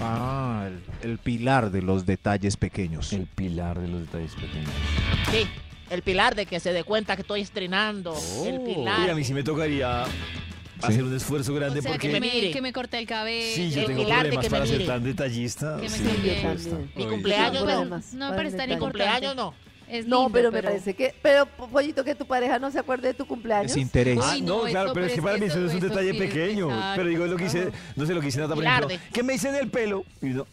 Speaker 4: Ah, el, el pilar de los detalles pequeños.
Speaker 3: pilar de los detalles pequeños.
Speaker 1: Sí, el pilar de que se dé cuenta que estoy estrenando. El
Speaker 3: Y Oh. a
Speaker 1: pilar.
Speaker 3: mí sí me tocaría hacer un esfuerzo grande
Speaker 5: O sea,
Speaker 3: porque
Speaker 5: que
Speaker 1: me mire.
Speaker 5: me, que me corté el cabello.
Speaker 3: sí, yo
Speaker 1: el
Speaker 3: tengo
Speaker 1: pilar de
Speaker 3: problemas
Speaker 1: que me
Speaker 3: para ser
Speaker 1: mire.
Speaker 3: tan detallista.
Speaker 5: Que me
Speaker 3: sí,
Speaker 5: mire.
Speaker 6: Yo también.
Speaker 1: Mi
Speaker 8: Uy,
Speaker 1: cumpleaños
Speaker 6: sí.
Speaker 1: no.
Speaker 6: Problemas.
Speaker 5: No, pero es tan
Speaker 1: Mi
Speaker 6: Importante.
Speaker 5: importante.
Speaker 1: cumpleaños no.
Speaker 5: Es
Speaker 6: No,
Speaker 5: lindo,
Speaker 6: pero me parece que. Pero, Pollito, que tu pareja no se acuerde de tu cumpleaños.
Speaker 4: Es interés.
Speaker 5: Uy,
Speaker 3: Ah, no,
Speaker 5: no, eso,
Speaker 3: claro, pero es que para mí eso es un
Speaker 5: eso
Speaker 3: detalle
Speaker 5: sí es-
Speaker 3: pequeño.
Speaker 5: exacto.
Speaker 3: Pero digo, es lo que hice, no sé lo que hice nada, por
Speaker 1: Pilar
Speaker 3: ejemplo.
Speaker 1: de-
Speaker 3: ¿Qué me hice en el pelo? Y no,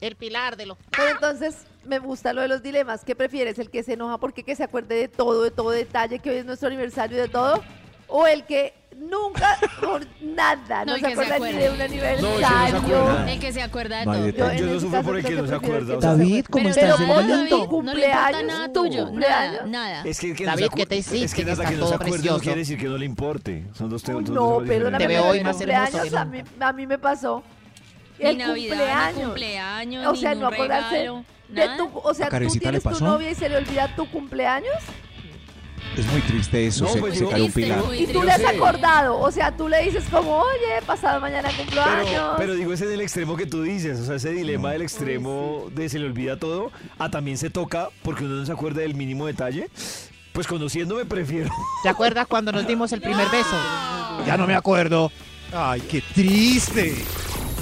Speaker 1: El pilar de los.
Speaker 6: Pero entonces me gusta lo de los dilemas. ¿Qué prefieres? ¿El que se enoja porque que se acuerde de todo, de todo detalle, que hoy es nuestro aniversario y de todo? ¿O el que
Speaker 5: (laughs)
Speaker 6: nunca, por nada, no,
Speaker 5: No, el
Speaker 6: se
Speaker 5: que se
Speaker 6: acuerda ni
Speaker 5: acuerde.
Speaker 6: de un aniversario?
Speaker 5: El que se acuerda de
Speaker 4: No hay
Speaker 5: todo.
Speaker 4: detalle.
Speaker 6: en
Speaker 3: Yo no
Speaker 6: ese
Speaker 3: sufro
Speaker 6: caso
Speaker 3: por el
Speaker 6: creo
Speaker 3: que no se
Speaker 6: prefiero el
Speaker 3: acuerda.
Speaker 6: que no se
Speaker 9: David,
Speaker 6: acuerde.
Speaker 9: ¿cómo
Speaker 5: Pero
Speaker 9: estás,
Speaker 5: nada,
Speaker 9: hermano?
Speaker 5: David,
Speaker 6: Bonito
Speaker 5: no le importa
Speaker 6: cumpleaños.
Speaker 5: nada tuyo, nada,
Speaker 6: Cumpleaños.
Speaker 5: nada.
Speaker 3: Es que, el que no
Speaker 1: Ah. David,
Speaker 3: se acu-
Speaker 1: ¿qué te hiciste?
Speaker 3: Es que,
Speaker 1: Que
Speaker 3: nada
Speaker 1: está
Speaker 3: que no se
Speaker 1: todo
Speaker 3: acuerde no
Speaker 1: precioso.
Speaker 3: quiere decir que no le importe. Son dos temas.
Speaker 6: Uy, no, pero una
Speaker 1: Te
Speaker 6: persona
Speaker 1: veo hoy
Speaker 6: de
Speaker 1: más hermoso
Speaker 6: cumpleaños
Speaker 1: que
Speaker 6: a mí, a mí me pasó.
Speaker 5: Ni
Speaker 6: El
Speaker 5: Navidad, ni
Speaker 6: cumpleaños.
Speaker 5: cumpleaños,
Speaker 6: O sea,
Speaker 5: ni
Speaker 6: no
Speaker 5: un
Speaker 6: acordarse
Speaker 5: regalo,
Speaker 6: de
Speaker 5: nada.
Speaker 6: tu, o sea,
Speaker 4: ¿A
Speaker 6: tú
Speaker 4: Karencita le
Speaker 6: tienes tu
Speaker 4: pasó?
Speaker 6: novia y se le olvida tu cumpleaños
Speaker 4: Es muy triste eso,
Speaker 3: No,
Speaker 4: se,
Speaker 3: pues
Speaker 4: se
Speaker 3: yo-
Speaker 4: cae un
Speaker 5: Triste,
Speaker 4: pilar.
Speaker 5: muy
Speaker 6: y tú
Speaker 5: triste.
Speaker 6: le has acordado, o sea, tú le dices como, oye, pasado mañana cumpleaños.
Speaker 3: Pero, pero digo, ese es el extremo que tú dices. O sea, ese dilema del extremo de se le olvida todo a también se toca porque uno no se acuerda del mínimo detalle. Pues conociéndome prefiero. (laughs)
Speaker 1: ¿Te acuerdas cuando nos dimos el primer beso?
Speaker 4: Ya no me acuerdo. Ay, qué triste.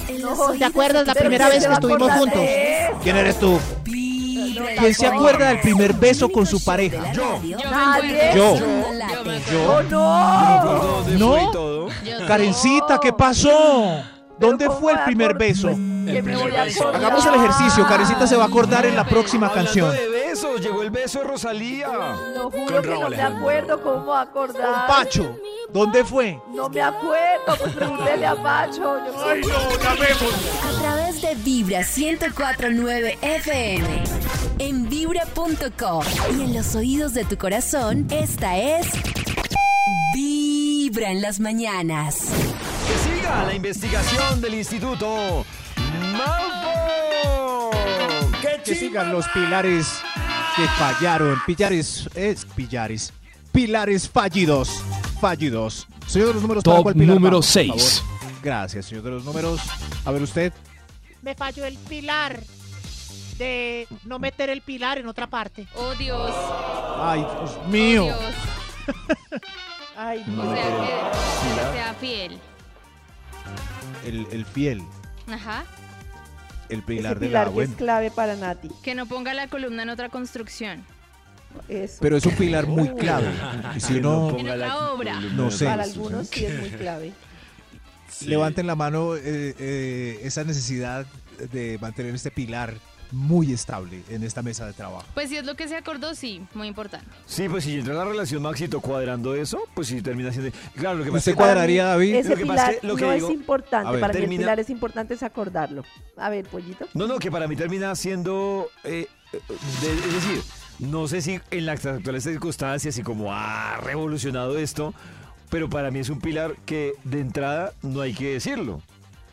Speaker 2: En
Speaker 6: No,
Speaker 2: las
Speaker 6: ¿te
Speaker 2: oídas de
Speaker 1: acuerdas
Speaker 2: tu
Speaker 1: la
Speaker 6: Pero
Speaker 1: primera
Speaker 6: ¿quién
Speaker 1: vez
Speaker 6: se
Speaker 1: que
Speaker 6: va a
Speaker 1: estuvimos
Speaker 6: acordar
Speaker 1: juntos?
Speaker 6: de eso?
Speaker 4: ¿Quién eres tú?
Speaker 2: Vibra.
Speaker 4: ¿Quién se acuerda del primer beso con su
Speaker 2: Único show de
Speaker 4: pareja?
Speaker 2: la
Speaker 3: Yo.
Speaker 2: radio
Speaker 5: Yo me
Speaker 6: Nadie.
Speaker 5: acuerdo.
Speaker 4: Yo.
Speaker 5: Yo me acuerdo.
Speaker 6: ¡Oh, no!
Speaker 3: ¿Dónde
Speaker 4: ¿No?
Speaker 3: fue y todo?
Speaker 5: Yo sí.
Speaker 4: Karencita, ¿qué pasó? ¿Dónde
Speaker 6: ¿cómo
Speaker 4: fue el
Speaker 6: voy a
Speaker 4: primer
Speaker 6: acordar? Pues,
Speaker 4: beso?
Speaker 6: Que me voy a
Speaker 8: beso.
Speaker 6: acordar.
Speaker 4: Hagamos el ejercicio. Karencita se va a acordar en la próxima
Speaker 3: Hablando
Speaker 4: canción.
Speaker 3: de besos, llegó el beso de Rosalía.
Speaker 6: Lo juro
Speaker 8: Con
Speaker 6: que
Speaker 8: Raúl
Speaker 6: no me
Speaker 8: Alejandro.
Speaker 6: acuerdo cómo acordar.
Speaker 4: Pacho, ¿dónde fue?
Speaker 6: No me acuerdo, pues pregúntele a Pacho. yo qué sé.
Speaker 2: a través de Vibra 104.9 FM. En vibra.com y en los oídos de tu corazón, esta es Vibra en las mañanas.
Speaker 3: Que siga la investigación del Instituto Malvo.
Speaker 4: Que sigan los pilares que fallaron. Pilares, es pilares. Pilares fallidos. Fallidos. Señor de los números, ¿para
Speaker 9: Top
Speaker 4: cuál pilar
Speaker 9: número
Speaker 4: vamos, por
Speaker 9: 6.
Speaker 4: favor? Gracias, señor de los números. A ver usted.
Speaker 1: Me falló el pilar de no meter el pilar en otra parte.
Speaker 5: Oh, Dios.
Speaker 4: Ay, Dios
Speaker 5: oh,
Speaker 4: mío.
Speaker 5: Dios.
Speaker 6: Ay,
Speaker 5: O sea, que, que sea fiel.
Speaker 4: El, el fiel,
Speaker 5: Ajá.
Speaker 4: el
Speaker 6: ese
Speaker 4: pilar de la
Speaker 6: pilar que es
Speaker 4: buena.
Speaker 6: clave para Nati.
Speaker 5: Que no ponga la columna en otra construcción.
Speaker 6: Eso.
Speaker 4: Pero es un pilar muy
Speaker 9: (laughs)
Speaker 4: clave. Y si no,
Speaker 5: En otra obra.
Speaker 4: no sé.
Speaker 6: para algunos sí es muy clave.
Speaker 9: pues,
Speaker 4: Levanten la mano eh, eh, esa necesidad de mantener este pilar muy estable en esta mesa de trabajo.
Speaker 5: Pues si es lo que se acordó, sí, muy importante.
Speaker 3: Sí, pues si entra en la relación Maxito cuadrando eso, pues si termina siendo. Claro, lo que pasa
Speaker 4: ¿Usted
Speaker 3: es que.
Speaker 6: Para
Speaker 4: cuadraría,
Speaker 6: mí,
Speaker 4: David?
Speaker 6: Ese
Speaker 3: Lo que pasa
Speaker 6: pilar
Speaker 3: es que- lo que
Speaker 6: no
Speaker 3: digo-
Speaker 6: es importante.
Speaker 4: A ver,
Speaker 6: para mí el
Speaker 3: termina-
Speaker 6: pilar es importante es acordarlo. A ver, pollito.
Speaker 3: No, no, que para mí termina siendo. eh, de- es decir, No sé si en las actuales circunstancias y como ha revolucionado esto, pero para mí es un pilar que de entrada no hay que decirlo.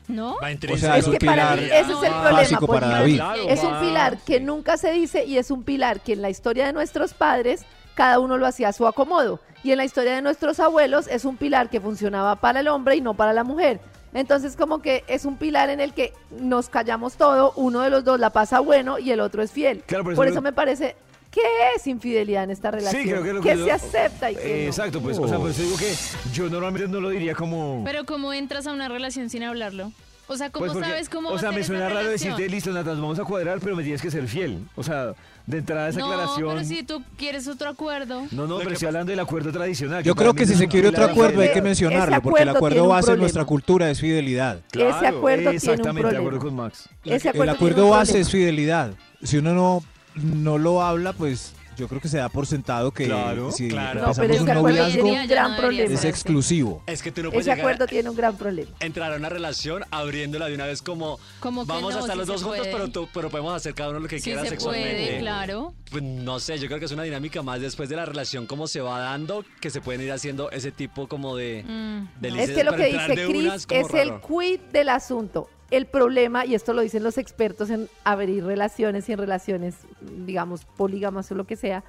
Speaker 5: ¿No?
Speaker 7: Va
Speaker 4: O
Speaker 7: intrínseco.
Speaker 4: sea,
Speaker 6: Es
Speaker 4: es un
Speaker 6: que para
Speaker 4: pilar
Speaker 6: mí ese es el problema.
Speaker 4: básico
Speaker 6: porque
Speaker 4: para David.
Speaker 6: Es un pilar que nunca se dice y es un pilar que en la historia de nuestros padres cada uno lo hacía a su acomodo. Y en la historia de nuestros abuelos es un pilar que funcionaba para el hombre y no para la mujer. Entonces como que es un pilar en el que nos callamos todo, uno de los dos la pasa bueno y el otro es fiel.
Speaker 3: Claro, pero
Speaker 6: Por
Speaker 3: eso
Speaker 6: eso
Speaker 3: lo-
Speaker 6: me parece, ¿qué es infidelidad en esta relación?
Speaker 3: creo que lo que yo-
Speaker 6: se acepta y que
Speaker 3: Eh,
Speaker 6: no?
Speaker 3: Exacto, pues, o sea, por eso digo que yo normalmente no lo diría como...
Speaker 5: Pero ¿cómo entras a una relación sin hablarlo? O sea, ¿cómo
Speaker 3: Pues porque-
Speaker 5: sabes cómo va
Speaker 3: O
Speaker 5: a
Speaker 3: sea,
Speaker 5: ser
Speaker 3: me
Speaker 5: esa
Speaker 3: suena raro
Speaker 5: relación?
Speaker 3: decirte, listo, Natas, vamos a cuadrar, pero me tienes que ser fiel. O sea, de entrada esa aclaración...
Speaker 5: No, pero si tú quieres otro acuerdo.
Speaker 3: No, no, pero estoy hablando del acuerdo tradicional.
Speaker 4: Yo
Speaker 3: que para
Speaker 4: creo
Speaker 3: mí
Speaker 4: que si
Speaker 3: es
Speaker 4: se
Speaker 3: un
Speaker 4: quiere otro
Speaker 3: pilar
Speaker 4: acuerdo hay que
Speaker 6: Ese
Speaker 4: mencionarlo, porque el
Speaker 6: acuerdo
Speaker 4: acuerdo
Speaker 6: tiene un
Speaker 4: base en
Speaker 6: problema.
Speaker 4: nuestra cultura es fidelidad.
Speaker 6: Ese acuerdo tiene un
Speaker 3: Exactamente, de acuerdo
Speaker 6: problema.
Speaker 3: con Max.
Speaker 6: Ese
Speaker 4: El
Speaker 6: acuerdo tiene
Speaker 4: acuerdo
Speaker 6: un
Speaker 4: base
Speaker 6: problema.
Speaker 4: es fidelidad. Si uno no, no lo habla, pues yo creo que se da por sentado que
Speaker 3: Claro,
Speaker 4: si
Speaker 7: claro.
Speaker 6: No, pero
Speaker 4: empezamos
Speaker 6: ese
Speaker 4: un
Speaker 5: acuerdo
Speaker 6: acuerdo
Speaker 4: noviazgo
Speaker 6: tiene un
Speaker 5: debería-
Speaker 6: gran
Speaker 5: ya no debería
Speaker 6: problema.
Speaker 4: es exclusivo.
Speaker 7: es que tú no puedes
Speaker 6: Ese
Speaker 7: llegar
Speaker 6: acuerdo tiene un gran problema.
Speaker 7: a entrar a una relación abriéndola de una vez como,
Speaker 5: Como que
Speaker 7: vamos
Speaker 5: no,
Speaker 7: a estar
Speaker 5: sí
Speaker 7: los
Speaker 5: se
Speaker 7: dos juntos,
Speaker 5: puede.
Speaker 7: pero, tú- pero podemos hacer cada uno lo que
Speaker 5: Sí
Speaker 7: quiera
Speaker 5: se
Speaker 7: sexualmente.
Speaker 5: puede, claro.
Speaker 7: Pues, No sé, yo creo que es una dinámica más después de la relación como se va dando, que se pueden ir haciendo ese tipo como de...
Speaker 5: Mm.
Speaker 7: de
Speaker 6: Es
Speaker 7: lices,
Speaker 6: que lo
Speaker 7: pero
Speaker 6: que
Speaker 7: entrar
Speaker 6: dice
Speaker 7: de una
Speaker 6: Chris
Speaker 7: como
Speaker 6: es el
Speaker 7: raro.
Speaker 6: quid del asunto. El problema, y esto lo dicen los expertos en abrir relaciones y en relaciones, digamos, polígamas o lo que sea,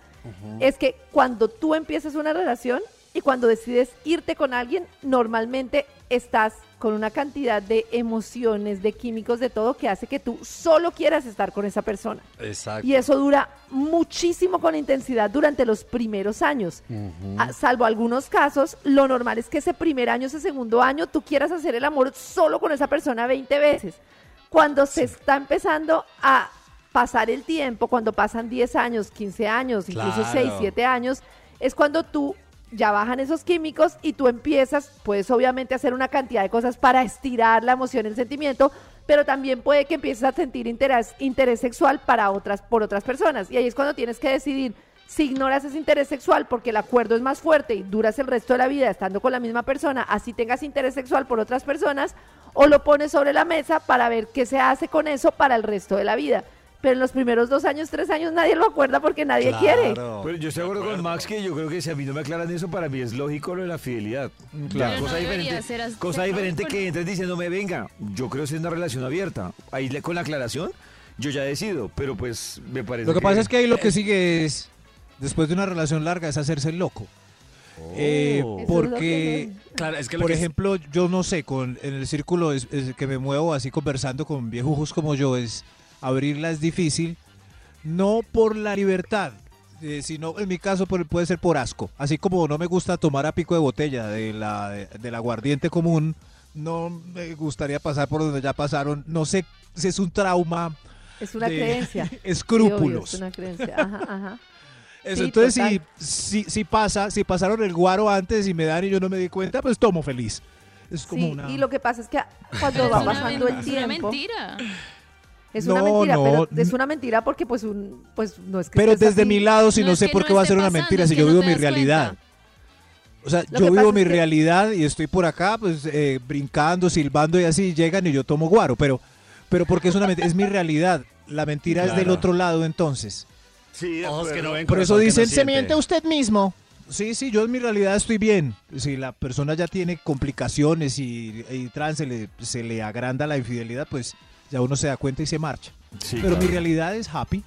Speaker 6: es que cuando tú empiezas una relación y cuando decides irte con alguien, normalmente estás con una cantidad de emociones, de químicos, de todo, que hace que tú solo quieras estar con esa persona.
Speaker 7: Exacto.
Speaker 6: Y eso dura muchísimo con intensidad durante los primeros años. A- Salvo algunos casos, lo normal es que ese primer año, ese segundo año, tú quieras hacer el amor solo con esa persona 20 veces. Cuando se está empezando a pasar el tiempo, cuando pasan 10 años, 15 años, incluso
Speaker 7: Claro.
Speaker 6: 6, 7 años, es cuando tú ya bajan esos químicos y tú empiezas, puedes obviamente hacer una cantidad de cosas para estirar la emoción, el sentimiento, pero también puede que empieces a sentir interés, interés sexual para otras, por otras personas. Y ahí es cuando tienes que decidir si ignoras ese interés sexual porque el acuerdo es más fuerte y duras el resto de la vida estando con la misma persona, así tengas interés sexual por otras personas, o lo pones sobre la mesa para ver qué se hace con eso para el resto de la vida. Pero en los primeros dos años, tres años nadie lo acuerda porque nadie quiere.
Speaker 3: Pero yo estoy de acuerdo con Max que yo creo que si a mí no me aclaran eso, para mí es lógico lo de la fidelidad.
Speaker 5: claro. Pero
Speaker 3: Cosa
Speaker 5: no debería
Speaker 3: diferente,
Speaker 5: ser así.
Speaker 3: cosa diferente que entres diciéndome, venga, yo creo que es una relación abierta. Ahí le- con la aclaración, yo ya decido, pero pues me parece
Speaker 4: Lo que pasa es que ahí lo que sigue es, después de una relación larga, es hacerse el loco. Eh,
Speaker 6: Eso es lo
Speaker 4: porque...
Speaker 6: que no-
Speaker 7: Claro, es que lo
Speaker 4: Por
Speaker 7: que-
Speaker 4: ejemplo, yo no sé, con, en el círculo es- es que me muevo así conversando con viejujos como yo, es abrirla es difícil, no por la libertad, eh, sino en mi caso por- puede ser por asco. Así como no me gusta tomar a pico de botella de la, de, del aguardiente común, no me gustaría pasar por donde ya pasaron, no sé si es un trauma,
Speaker 6: Es una
Speaker 4: de (laughs)
Speaker 6: creencia. Sí, obvio,
Speaker 4: escrúpulos.
Speaker 6: es una creencia. Ajá, ajá.
Speaker 4: Eso,
Speaker 6: Sí,
Speaker 4: entonces, si,
Speaker 6: total.
Speaker 4: si, si pasa, si pasaron el guaro antes y me dan y yo no me di cuenta, pues tomo feliz. (laughs) Es como
Speaker 6: Sí,
Speaker 4: una...
Speaker 6: Y lo que pasa es que
Speaker 5: Pero
Speaker 6: cuando
Speaker 5: es
Speaker 6: va
Speaker 5: una
Speaker 6: pasando
Speaker 5: men-
Speaker 6: el
Speaker 5: es una
Speaker 6: tiempo.
Speaker 5: mentira.
Speaker 6: Es
Speaker 4: No,
Speaker 6: una mentira,
Speaker 4: no,
Speaker 6: pero es una mentira porque pues un, pues no es que
Speaker 4: Pero
Speaker 6: estés
Speaker 4: desde
Speaker 6: así.
Speaker 4: mi lado, si
Speaker 5: No
Speaker 4: no,
Speaker 5: es
Speaker 4: sé
Speaker 5: que
Speaker 4: por
Speaker 5: no
Speaker 4: qué va a
Speaker 5: esté
Speaker 4: ser una
Speaker 5: pasando,
Speaker 4: mentira,
Speaker 5: es
Speaker 4: si
Speaker 5: que
Speaker 4: yo
Speaker 5: no
Speaker 4: vivo
Speaker 5: te
Speaker 4: mi
Speaker 5: das
Speaker 4: realidad.
Speaker 5: cuenta.
Speaker 4: O sea,
Speaker 6: Lo
Speaker 4: yo
Speaker 6: que pasa
Speaker 4: vivo
Speaker 6: es
Speaker 4: mi
Speaker 6: que-
Speaker 4: realidad y estoy por acá, pues eh, brincando, silbando y así, llegan y yo tomo guaro, pero, pero porque es una mentira, es mi realidad. La mentira es del
Speaker 3: Claro.
Speaker 4: otro lado entonces.
Speaker 3: Sí,
Speaker 7: Ojos que no ven,
Speaker 4: Por eso
Speaker 7: corazón que no
Speaker 4: dicen,
Speaker 7: siente.
Speaker 4: se miente usted mismo. Sí, sí, yo en mi realidad estoy bien. Si la persona ya tiene complicaciones y, y trans, se le, se le agranda la infidelidad, pues ya uno se da cuenta y se marcha. pero mi realidad es happy.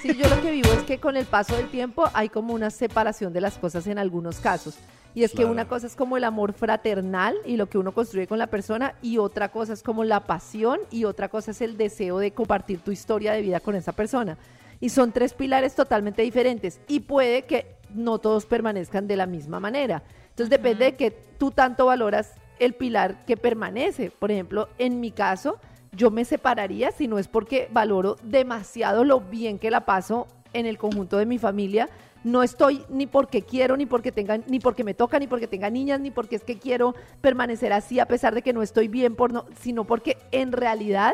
Speaker 6: Sí, yo lo que vivo es que con el paso del tiempo hay como una separación de las cosas en algunos casos. Y es que una cosa es como el amor fraternal y lo que uno construye con la persona y otra cosa es como la pasión y otra cosa es el deseo de compartir tu historia de vida con esa persona. Y son tres pilares totalmente diferentes y puede que no todos permanezcan de la misma manera. Entonces depende de que tú tanto valoras el pilar que permanece. Por ejemplo, en mi caso, yo me separaría si no es porque valoro demasiado lo bien que la paso en el conjunto de mi familia. No estoy ni porque quiero, ni porque tengan, ni porque me toca, ni porque tenga niñas, ni porque es que quiero permanecer así a pesar de que no estoy bien, por no, sino porque en realidad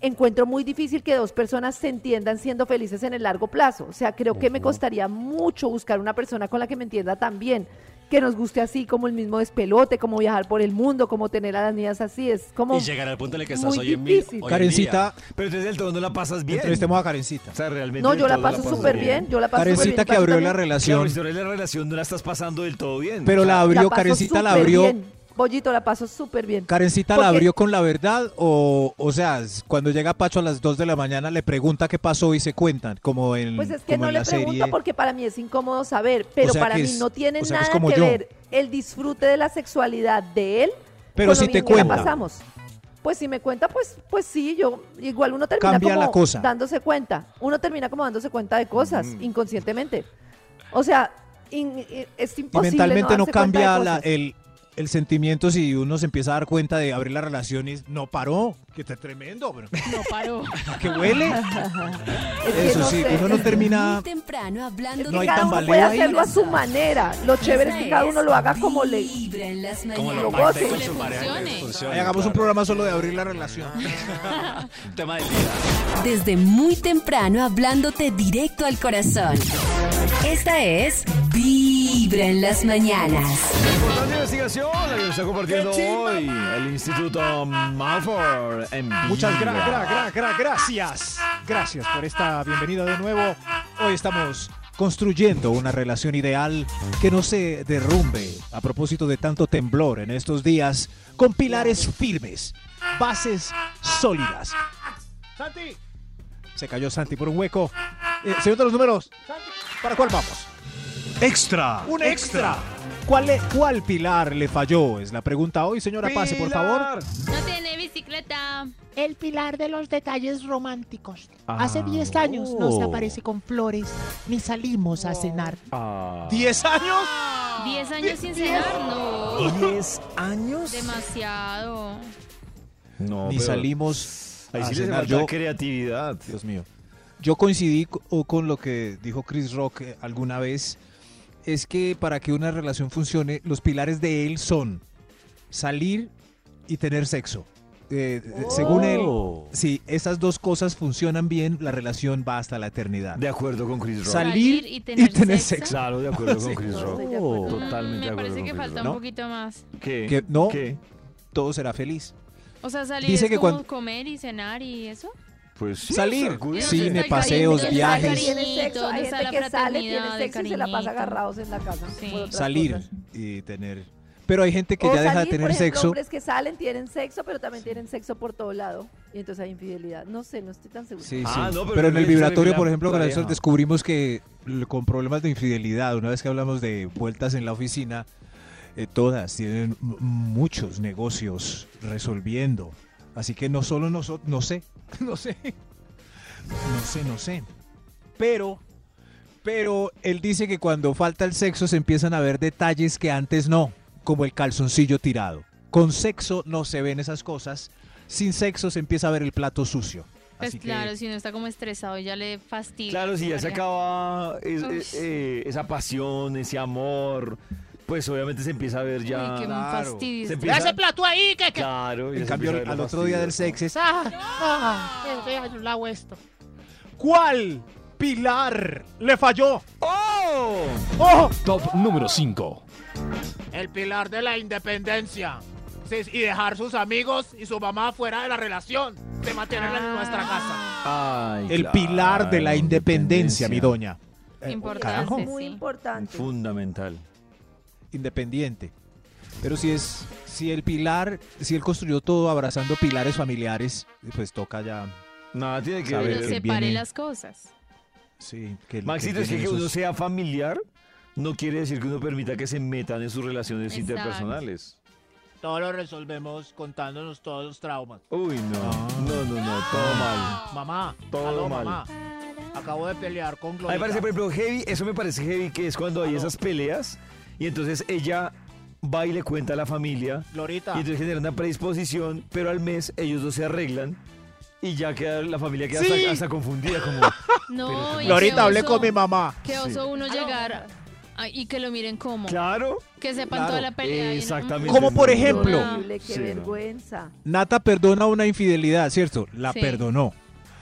Speaker 6: encuentro muy difícil que dos personas se entiendan siendo felices en el largo plazo. O sea, creo que me costaría mucho buscar una persona con la que me entienda tan bien. que nos guste así, como el mismo despelote, como viajar por el mundo, como tener a las niñas así. Es como.
Speaker 7: Y llegar al punto en el que estás
Speaker 6: muy
Speaker 7: hoy en mil.
Speaker 6: difícil.
Speaker 7: hoy en
Speaker 4: Karencita,
Speaker 7: día. Pero entonces del todo no la pasas bien.
Speaker 4: entrevistemos a Karencita.
Speaker 3: O sea, realmente
Speaker 6: No,
Speaker 3: del
Speaker 6: yo la
Speaker 3: todo
Speaker 6: paso
Speaker 3: pasas
Speaker 6: súper bien. Yo la paso súper bien.
Speaker 4: Karencita que
Speaker 6: ¿Paso
Speaker 4: abrió la
Speaker 6: también?
Speaker 3: Claro,
Speaker 4: relación,
Speaker 3: si tú eres la relación no la estás pasando del todo bien.
Speaker 4: pero la
Speaker 6: La
Speaker 4: abrió,
Speaker 6: paso
Speaker 4: Karencita la
Speaker 6: súper
Speaker 4: abrió.
Speaker 6: bien. Bollito, la paso súper bien.
Speaker 4: Karencita la
Speaker 6: Porque-
Speaker 4: abrió con la verdad o, o sea, s- cuando llega Pacho a las 2 de la mañana le pregunta qué pasó y se cuentan, como en,
Speaker 6: Pues es que
Speaker 4: como
Speaker 6: no
Speaker 4: en
Speaker 6: le
Speaker 4: la
Speaker 6: pregunto
Speaker 4: serie.
Speaker 6: porque para mí es incómodo saber, pero
Speaker 4: sea
Speaker 6: para
Speaker 4: que
Speaker 6: mí
Speaker 4: es-
Speaker 6: no tiene
Speaker 4: o sea que es
Speaker 6: nada
Speaker 4: como
Speaker 6: que
Speaker 4: yo.
Speaker 6: ver el disfrute de la sexualidad de él.
Speaker 4: Pero
Speaker 6: con
Speaker 4: si
Speaker 6: lo
Speaker 4: te
Speaker 6: bien que la
Speaker 4: cuenta.
Speaker 6: pasamos. Pues si me cuenta, pues, pues sí, yo igual uno termina
Speaker 4: Cambia
Speaker 6: como
Speaker 4: la cosa. Mm.
Speaker 6: dándose cuenta. Uno termina como dándose cuenta de cosas inconscientemente. O sea, in- in- es
Speaker 4: Y
Speaker 6: imposible.
Speaker 4: mentalmente no
Speaker 6: darse cuenta de
Speaker 4: cambia la- eh,
Speaker 6: cosas.
Speaker 4: el, el sentimiento si uno se empieza a dar cuenta de abrir la relación y no paró, que está tremendo, pero
Speaker 5: No paró.
Speaker 4: que huele.
Speaker 6: (laughs) Es que
Speaker 4: Eso
Speaker 6: no
Speaker 4: sí,
Speaker 6: sé.
Speaker 4: uno no termina...
Speaker 2: Muy temprano
Speaker 4: No
Speaker 2: hablando de
Speaker 4: hay
Speaker 6: cada uno
Speaker 4: tambaleo
Speaker 6: puede
Speaker 4: ahí.
Speaker 6: hacerlo a su manera. Lo chévere es que cada uno lo haga como le.
Speaker 2: Vibra en las
Speaker 7: Como
Speaker 2: mañanas.
Speaker 7: lo
Speaker 6: Como
Speaker 7: pacté
Speaker 6: que
Speaker 7: con
Speaker 5: le
Speaker 7: su pareja.
Speaker 5: funcione.
Speaker 7: que
Speaker 3: pues.
Speaker 7: funcione,
Speaker 4: Ay, hagamos un
Speaker 7: claro.
Speaker 4: programa solo de abrir la relación.
Speaker 7: Tema del día.
Speaker 2: Desde muy temprano hablándote directo al corazón. Esta es Vibra en las mañanas.
Speaker 3: Importante investigación la que nos está compartiendo hoy el Instituto Malford en
Speaker 4: Muchas gra- gra- gra-
Speaker 3: Vibra.
Speaker 4: gra- gracias. Gracias por esta bienvenida de nuevo. Hoy estamos construyendo una relación ideal que no se derrumbe a propósito de tanto temblor en estos días con pilares firmes, bases sólidas. Santi. Se cayó Santi por un hueco. Eh, señor de los números, ¿para cuál vamos?
Speaker 9: Extra.
Speaker 4: Un extra. ¿Cuál, le- ¿Cuál pilar le falló? Es la pregunta hoy, señora. Pase, por favor.
Speaker 5: No tiene bicicleta.
Speaker 1: El pilar de los detalles románticos.
Speaker 3: Ah.
Speaker 1: Hace 10 años no
Speaker 3: Oh.
Speaker 1: se aparece con flores ni salimos a cenar.
Speaker 3: Ah,
Speaker 4: ¿Diez años?
Speaker 5: 10 años sin cenar, no.
Speaker 3: ¿10 años?
Speaker 5: Demasiado.
Speaker 3: No,
Speaker 4: Ni
Speaker 3: pero
Speaker 4: salimos
Speaker 3: Ahí
Speaker 4: a
Speaker 3: sí les
Speaker 4: cenar.
Speaker 3: falta
Speaker 4: Yo-
Speaker 3: creatividad.
Speaker 4: Dios mío. Yo coincidí co- o con lo que dijo Chris Rock eh, alguna vez. Es que para que una relación funcione, los pilares de él son salir y tener sexo. Eh, eh,
Speaker 3: Oh.
Speaker 4: Según él, si esas dos cosas funcionan bien, la relación va hasta la eternidad.
Speaker 3: De acuerdo con Chris Rock.
Speaker 5: Sal-
Speaker 4: Salir y tener, sexo.
Speaker 3: Claro, de acuerdo con Chris Rock.
Speaker 6: estoy de acuerdo.
Speaker 5: Mm,
Speaker 3: Totalmente de
Speaker 5: Me
Speaker 3: acuerdo
Speaker 5: parece
Speaker 3: con
Speaker 5: que
Speaker 3: Chris
Speaker 5: falta
Speaker 3: Rock.
Speaker 5: un
Speaker 4: ¿No?
Speaker 5: poquito más.
Speaker 3: ¿Qué?
Speaker 4: Que no,
Speaker 3: ¿Qué?
Speaker 4: todo será feliz.
Speaker 5: O sea, salir
Speaker 4: Dice
Speaker 5: es
Speaker 4: que
Speaker 5: como
Speaker 4: cuando-
Speaker 5: comer y cenar y eso.
Speaker 3: Pues sí,
Speaker 4: Salir.
Speaker 3: sacudir.
Speaker 5: Pero
Speaker 4: Cine,
Speaker 5: está el
Speaker 4: paseos,
Speaker 5: cariño, está el
Speaker 4: viajes.
Speaker 5: cariño.
Speaker 6: Tiene sexo,
Speaker 5: ¿dónde
Speaker 6: Hay
Speaker 5: está
Speaker 6: gente
Speaker 5: la
Speaker 6: que sale, tiene
Speaker 5: fraternidad, el
Speaker 6: sexo y se la pasa
Speaker 5: cariñito?
Speaker 6: agarrados en la casa.
Speaker 5: Sí.
Speaker 6: por otras
Speaker 4: Salir
Speaker 6: cosas.
Speaker 4: y tener. Pero hay gente que
Speaker 6: O
Speaker 4: ya deja de
Speaker 6: salir, por
Speaker 4: tener
Speaker 6: ejemplo,
Speaker 4: sexo.
Speaker 6: hombres que salen tienen sexo, pero también tienen sexo por todo lado. Y entonces hay infidelidad. No sé, no estoy tan segura.
Speaker 4: Sí,
Speaker 3: Ah,
Speaker 4: sí.
Speaker 3: no,
Speaker 4: pero,
Speaker 3: pero
Speaker 4: en el
Speaker 3: es
Speaker 4: vibratorio,
Speaker 3: infidelidad
Speaker 4: por ejemplo,
Speaker 3: pareja.
Speaker 4: Garanzor, descubrimos que l- con problemas de infidelidad, una vez que hablamos de vueltas en la oficina, eh, todas tienen m- muchos negocios resolviendo. Así que no solo nosotros, no sé, (laughs) no sé, no sé, no sé. Pero, pero él dice que cuando falta el sexo se empiezan a ver detalles que antes no, como el calzoncillo tirado. Con sexo no se ven esas cosas, sin sexo se empieza a ver el plato sucio.
Speaker 5: Pues
Speaker 4: Así que-
Speaker 5: claro, si uno está como estresado, ya le fastidia.
Speaker 3: Claro, si ya se
Speaker 5: María.
Speaker 3: acaba es-
Speaker 5: Uy.
Speaker 3: es- eh, esa pasión, ese amor, pues obviamente se empieza a ver ya.
Speaker 5: Uy, qué
Speaker 4: claro.
Speaker 5: fastidio.
Speaker 3: Se
Speaker 1: Vea
Speaker 3: empieza-
Speaker 1: ese plato ahí, que... que...
Speaker 3: Claro. Pues ya
Speaker 4: En
Speaker 3: se
Speaker 4: cambio,
Speaker 3: empieza a ver
Speaker 4: al
Speaker 3: lo
Speaker 4: otro día del
Speaker 3: fastidioso.
Speaker 4: sexo es,
Speaker 1: Ah, ah, eh, vea, yo lavo esto.
Speaker 4: ¿Cuál pilar le falló?
Speaker 3: ¡Oh!
Speaker 4: ¡Ojo!
Speaker 9: Top número 5.
Speaker 1: El pilar de la independencia. Sí, y dejar sus amigos y su mamá fuera de la relación. De mantenerla en nuestra casa.
Speaker 3: Ay,
Speaker 4: El
Speaker 3: claro,
Speaker 4: pilar de la independencia, mi doña. Eh,
Speaker 5: Importante,
Speaker 4: carajo.
Speaker 6: Muy
Speaker 5: sí.
Speaker 6: importante.
Speaker 3: Fundamental.
Speaker 4: Independiente. Pero si es, si el pilar, si él construyó todo abrazando pilares familiares, pues toca ya.
Speaker 3: Nada, tiene que
Speaker 5: Que
Speaker 4: Saber
Speaker 5: uno
Speaker 4: que
Speaker 5: separe
Speaker 3: ver.
Speaker 4: viene-
Speaker 5: las cosas.
Speaker 4: Sí, que
Speaker 3: Maxito, es que
Speaker 4: vienen
Speaker 3: que uno
Speaker 4: esos-
Speaker 3: sea familiar no quiere decir que uno permita que se metan en sus relaciones
Speaker 5: Exacto.
Speaker 3: interpersonales.
Speaker 1: Todo lo resolvemos contándonos todos los traumas.
Speaker 3: Uy, no.
Speaker 4: Ah.
Speaker 3: No, no, no. Todo mal.
Speaker 1: Mamá,
Speaker 3: Todo
Speaker 1: aló,
Speaker 3: mal.
Speaker 1: mamá. Acabo de pelear con
Speaker 3: A mí
Speaker 1: Gloria.
Speaker 3: me parece, por ejemplo, heavy, eso me parece heavy, que es cuando hay esas peleas y entonces ella va y le cuenta a la familia
Speaker 1: Glorita.
Speaker 3: y entonces genera una predisposición, pero al mes ellos dos se arreglan y ya queda la familia queda hasta-
Speaker 1: Sí.
Speaker 3: hasta, confundida
Speaker 1: (laughs)
Speaker 3: como...
Speaker 5: No, y qué
Speaker 1: Glorita, hablé
Speaker 5: oso-
Speaker 1: con mi mamá.
Speaker 5: Qué oso uno llegar a- y que lo miren como.
Speaker 3: claro.
Speaker 5: Que sepan
Speaker 4: Claro,
Speaker 5: toda la pelea. y uno,
Speaker 3: Exactamente.
Speaker 4: Como por
Speaker 3: No,
Speaker 6: Qué
Speaker 4: ejemplo-
Speaker 6: horrible, qué
Speaker 3: Sí, no.
Speaker 6: vergüenza.
Speaker 4: Nata perdona una infidelidad, ¿cierto? La
Speaker 5: Sí.
Speaker 4: perdonó.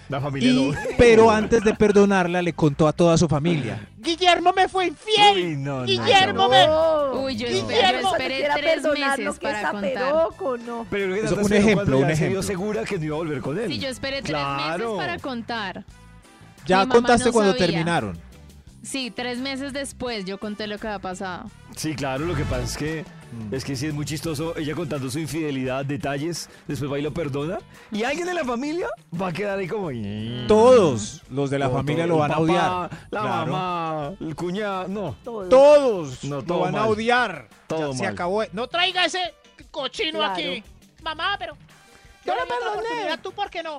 Speaker 3: La familia
Speaker 4: Y,
Speaker 3: no.
Speaker 4: pero antes de perdonarla, le contó a toda su familia.
Speaker 1: Guillermo me fue infiel.
Speaker 3: Uy, no, no,
Speaker 1: Guillermo
Speaker 3: no.
Speaker 1: me.
Speaker 5: Uy, yo
Speaker 1: Guillermo,
Speaker 5: esperé, yo
Speaker 1: no te
Speaker 5: esperé tres meses para contar.
Speaker 6: Peroco, no.
Speaker 3: Pero creo que
Speaker 4: Eso,
Speaker 3: Nata
Speaker 4: un
Speaker 3: se enojó
Speaker 4: ejemplo,
Speaker 3: cuando
Speaker 4: un
Speaker 3: ya se
Speaker 4: ejemplo.
Speaker 3: vio segura que no iba a volver con él.
Speaker 5: Sí, yo esperé tres
Speaker 3: Claro.
Speaker 5: meses para contar. Mi
Speaker 4: Ya
Speaker 5: mamá
Speaker 4: contaste
Speaker 5: no
Speaker 4: cuando
Speaker 5: sabía.
Speaker 4: terminaron.
Speaker 5: Sí, tres meses después yo conté lo que había pasado.
Speaker 3: Sí, claro, lo que pasa es que
Speaker 4: Mm.
Speaker 3: es que sí es muy chistoso ella contando su infidelidad, detalles, después va y lo perdona y alguien de la familia va a quedar ahí como
Speaker 6: Mm.
Speaker 4: Todos los de la
Speaker 3: Todo,
Speaker 4: familia
Speaker 3: todo,
Speaker 4: lo van
Speaker 3: el
Speaker 4: a
Speaker 3: papá,
Speaker 4: odiar.
Speaker 3: La
Speaker 4: Claro.
Speaker 3: mamá, el cuñado, no,
Speaker 6: Todo.
Speaker 4: Todos
Speaker 3: No,
Speaker 4: lo
Speaker 3: todo
Speaker 4: van a
Speaker 3: mal.
Speaker 4: odiar.
Speaker 3: Todo
Speaker 4: Ya se
Speaker 3: mal.
Speaker 4: acabó.
Speaker 1: No traiga ese cochino
Speaker 6: Claro.
Speaker 1: aquí. Mamá, pero. Yo le doy otra oportunidad, ¿Tú por qué no?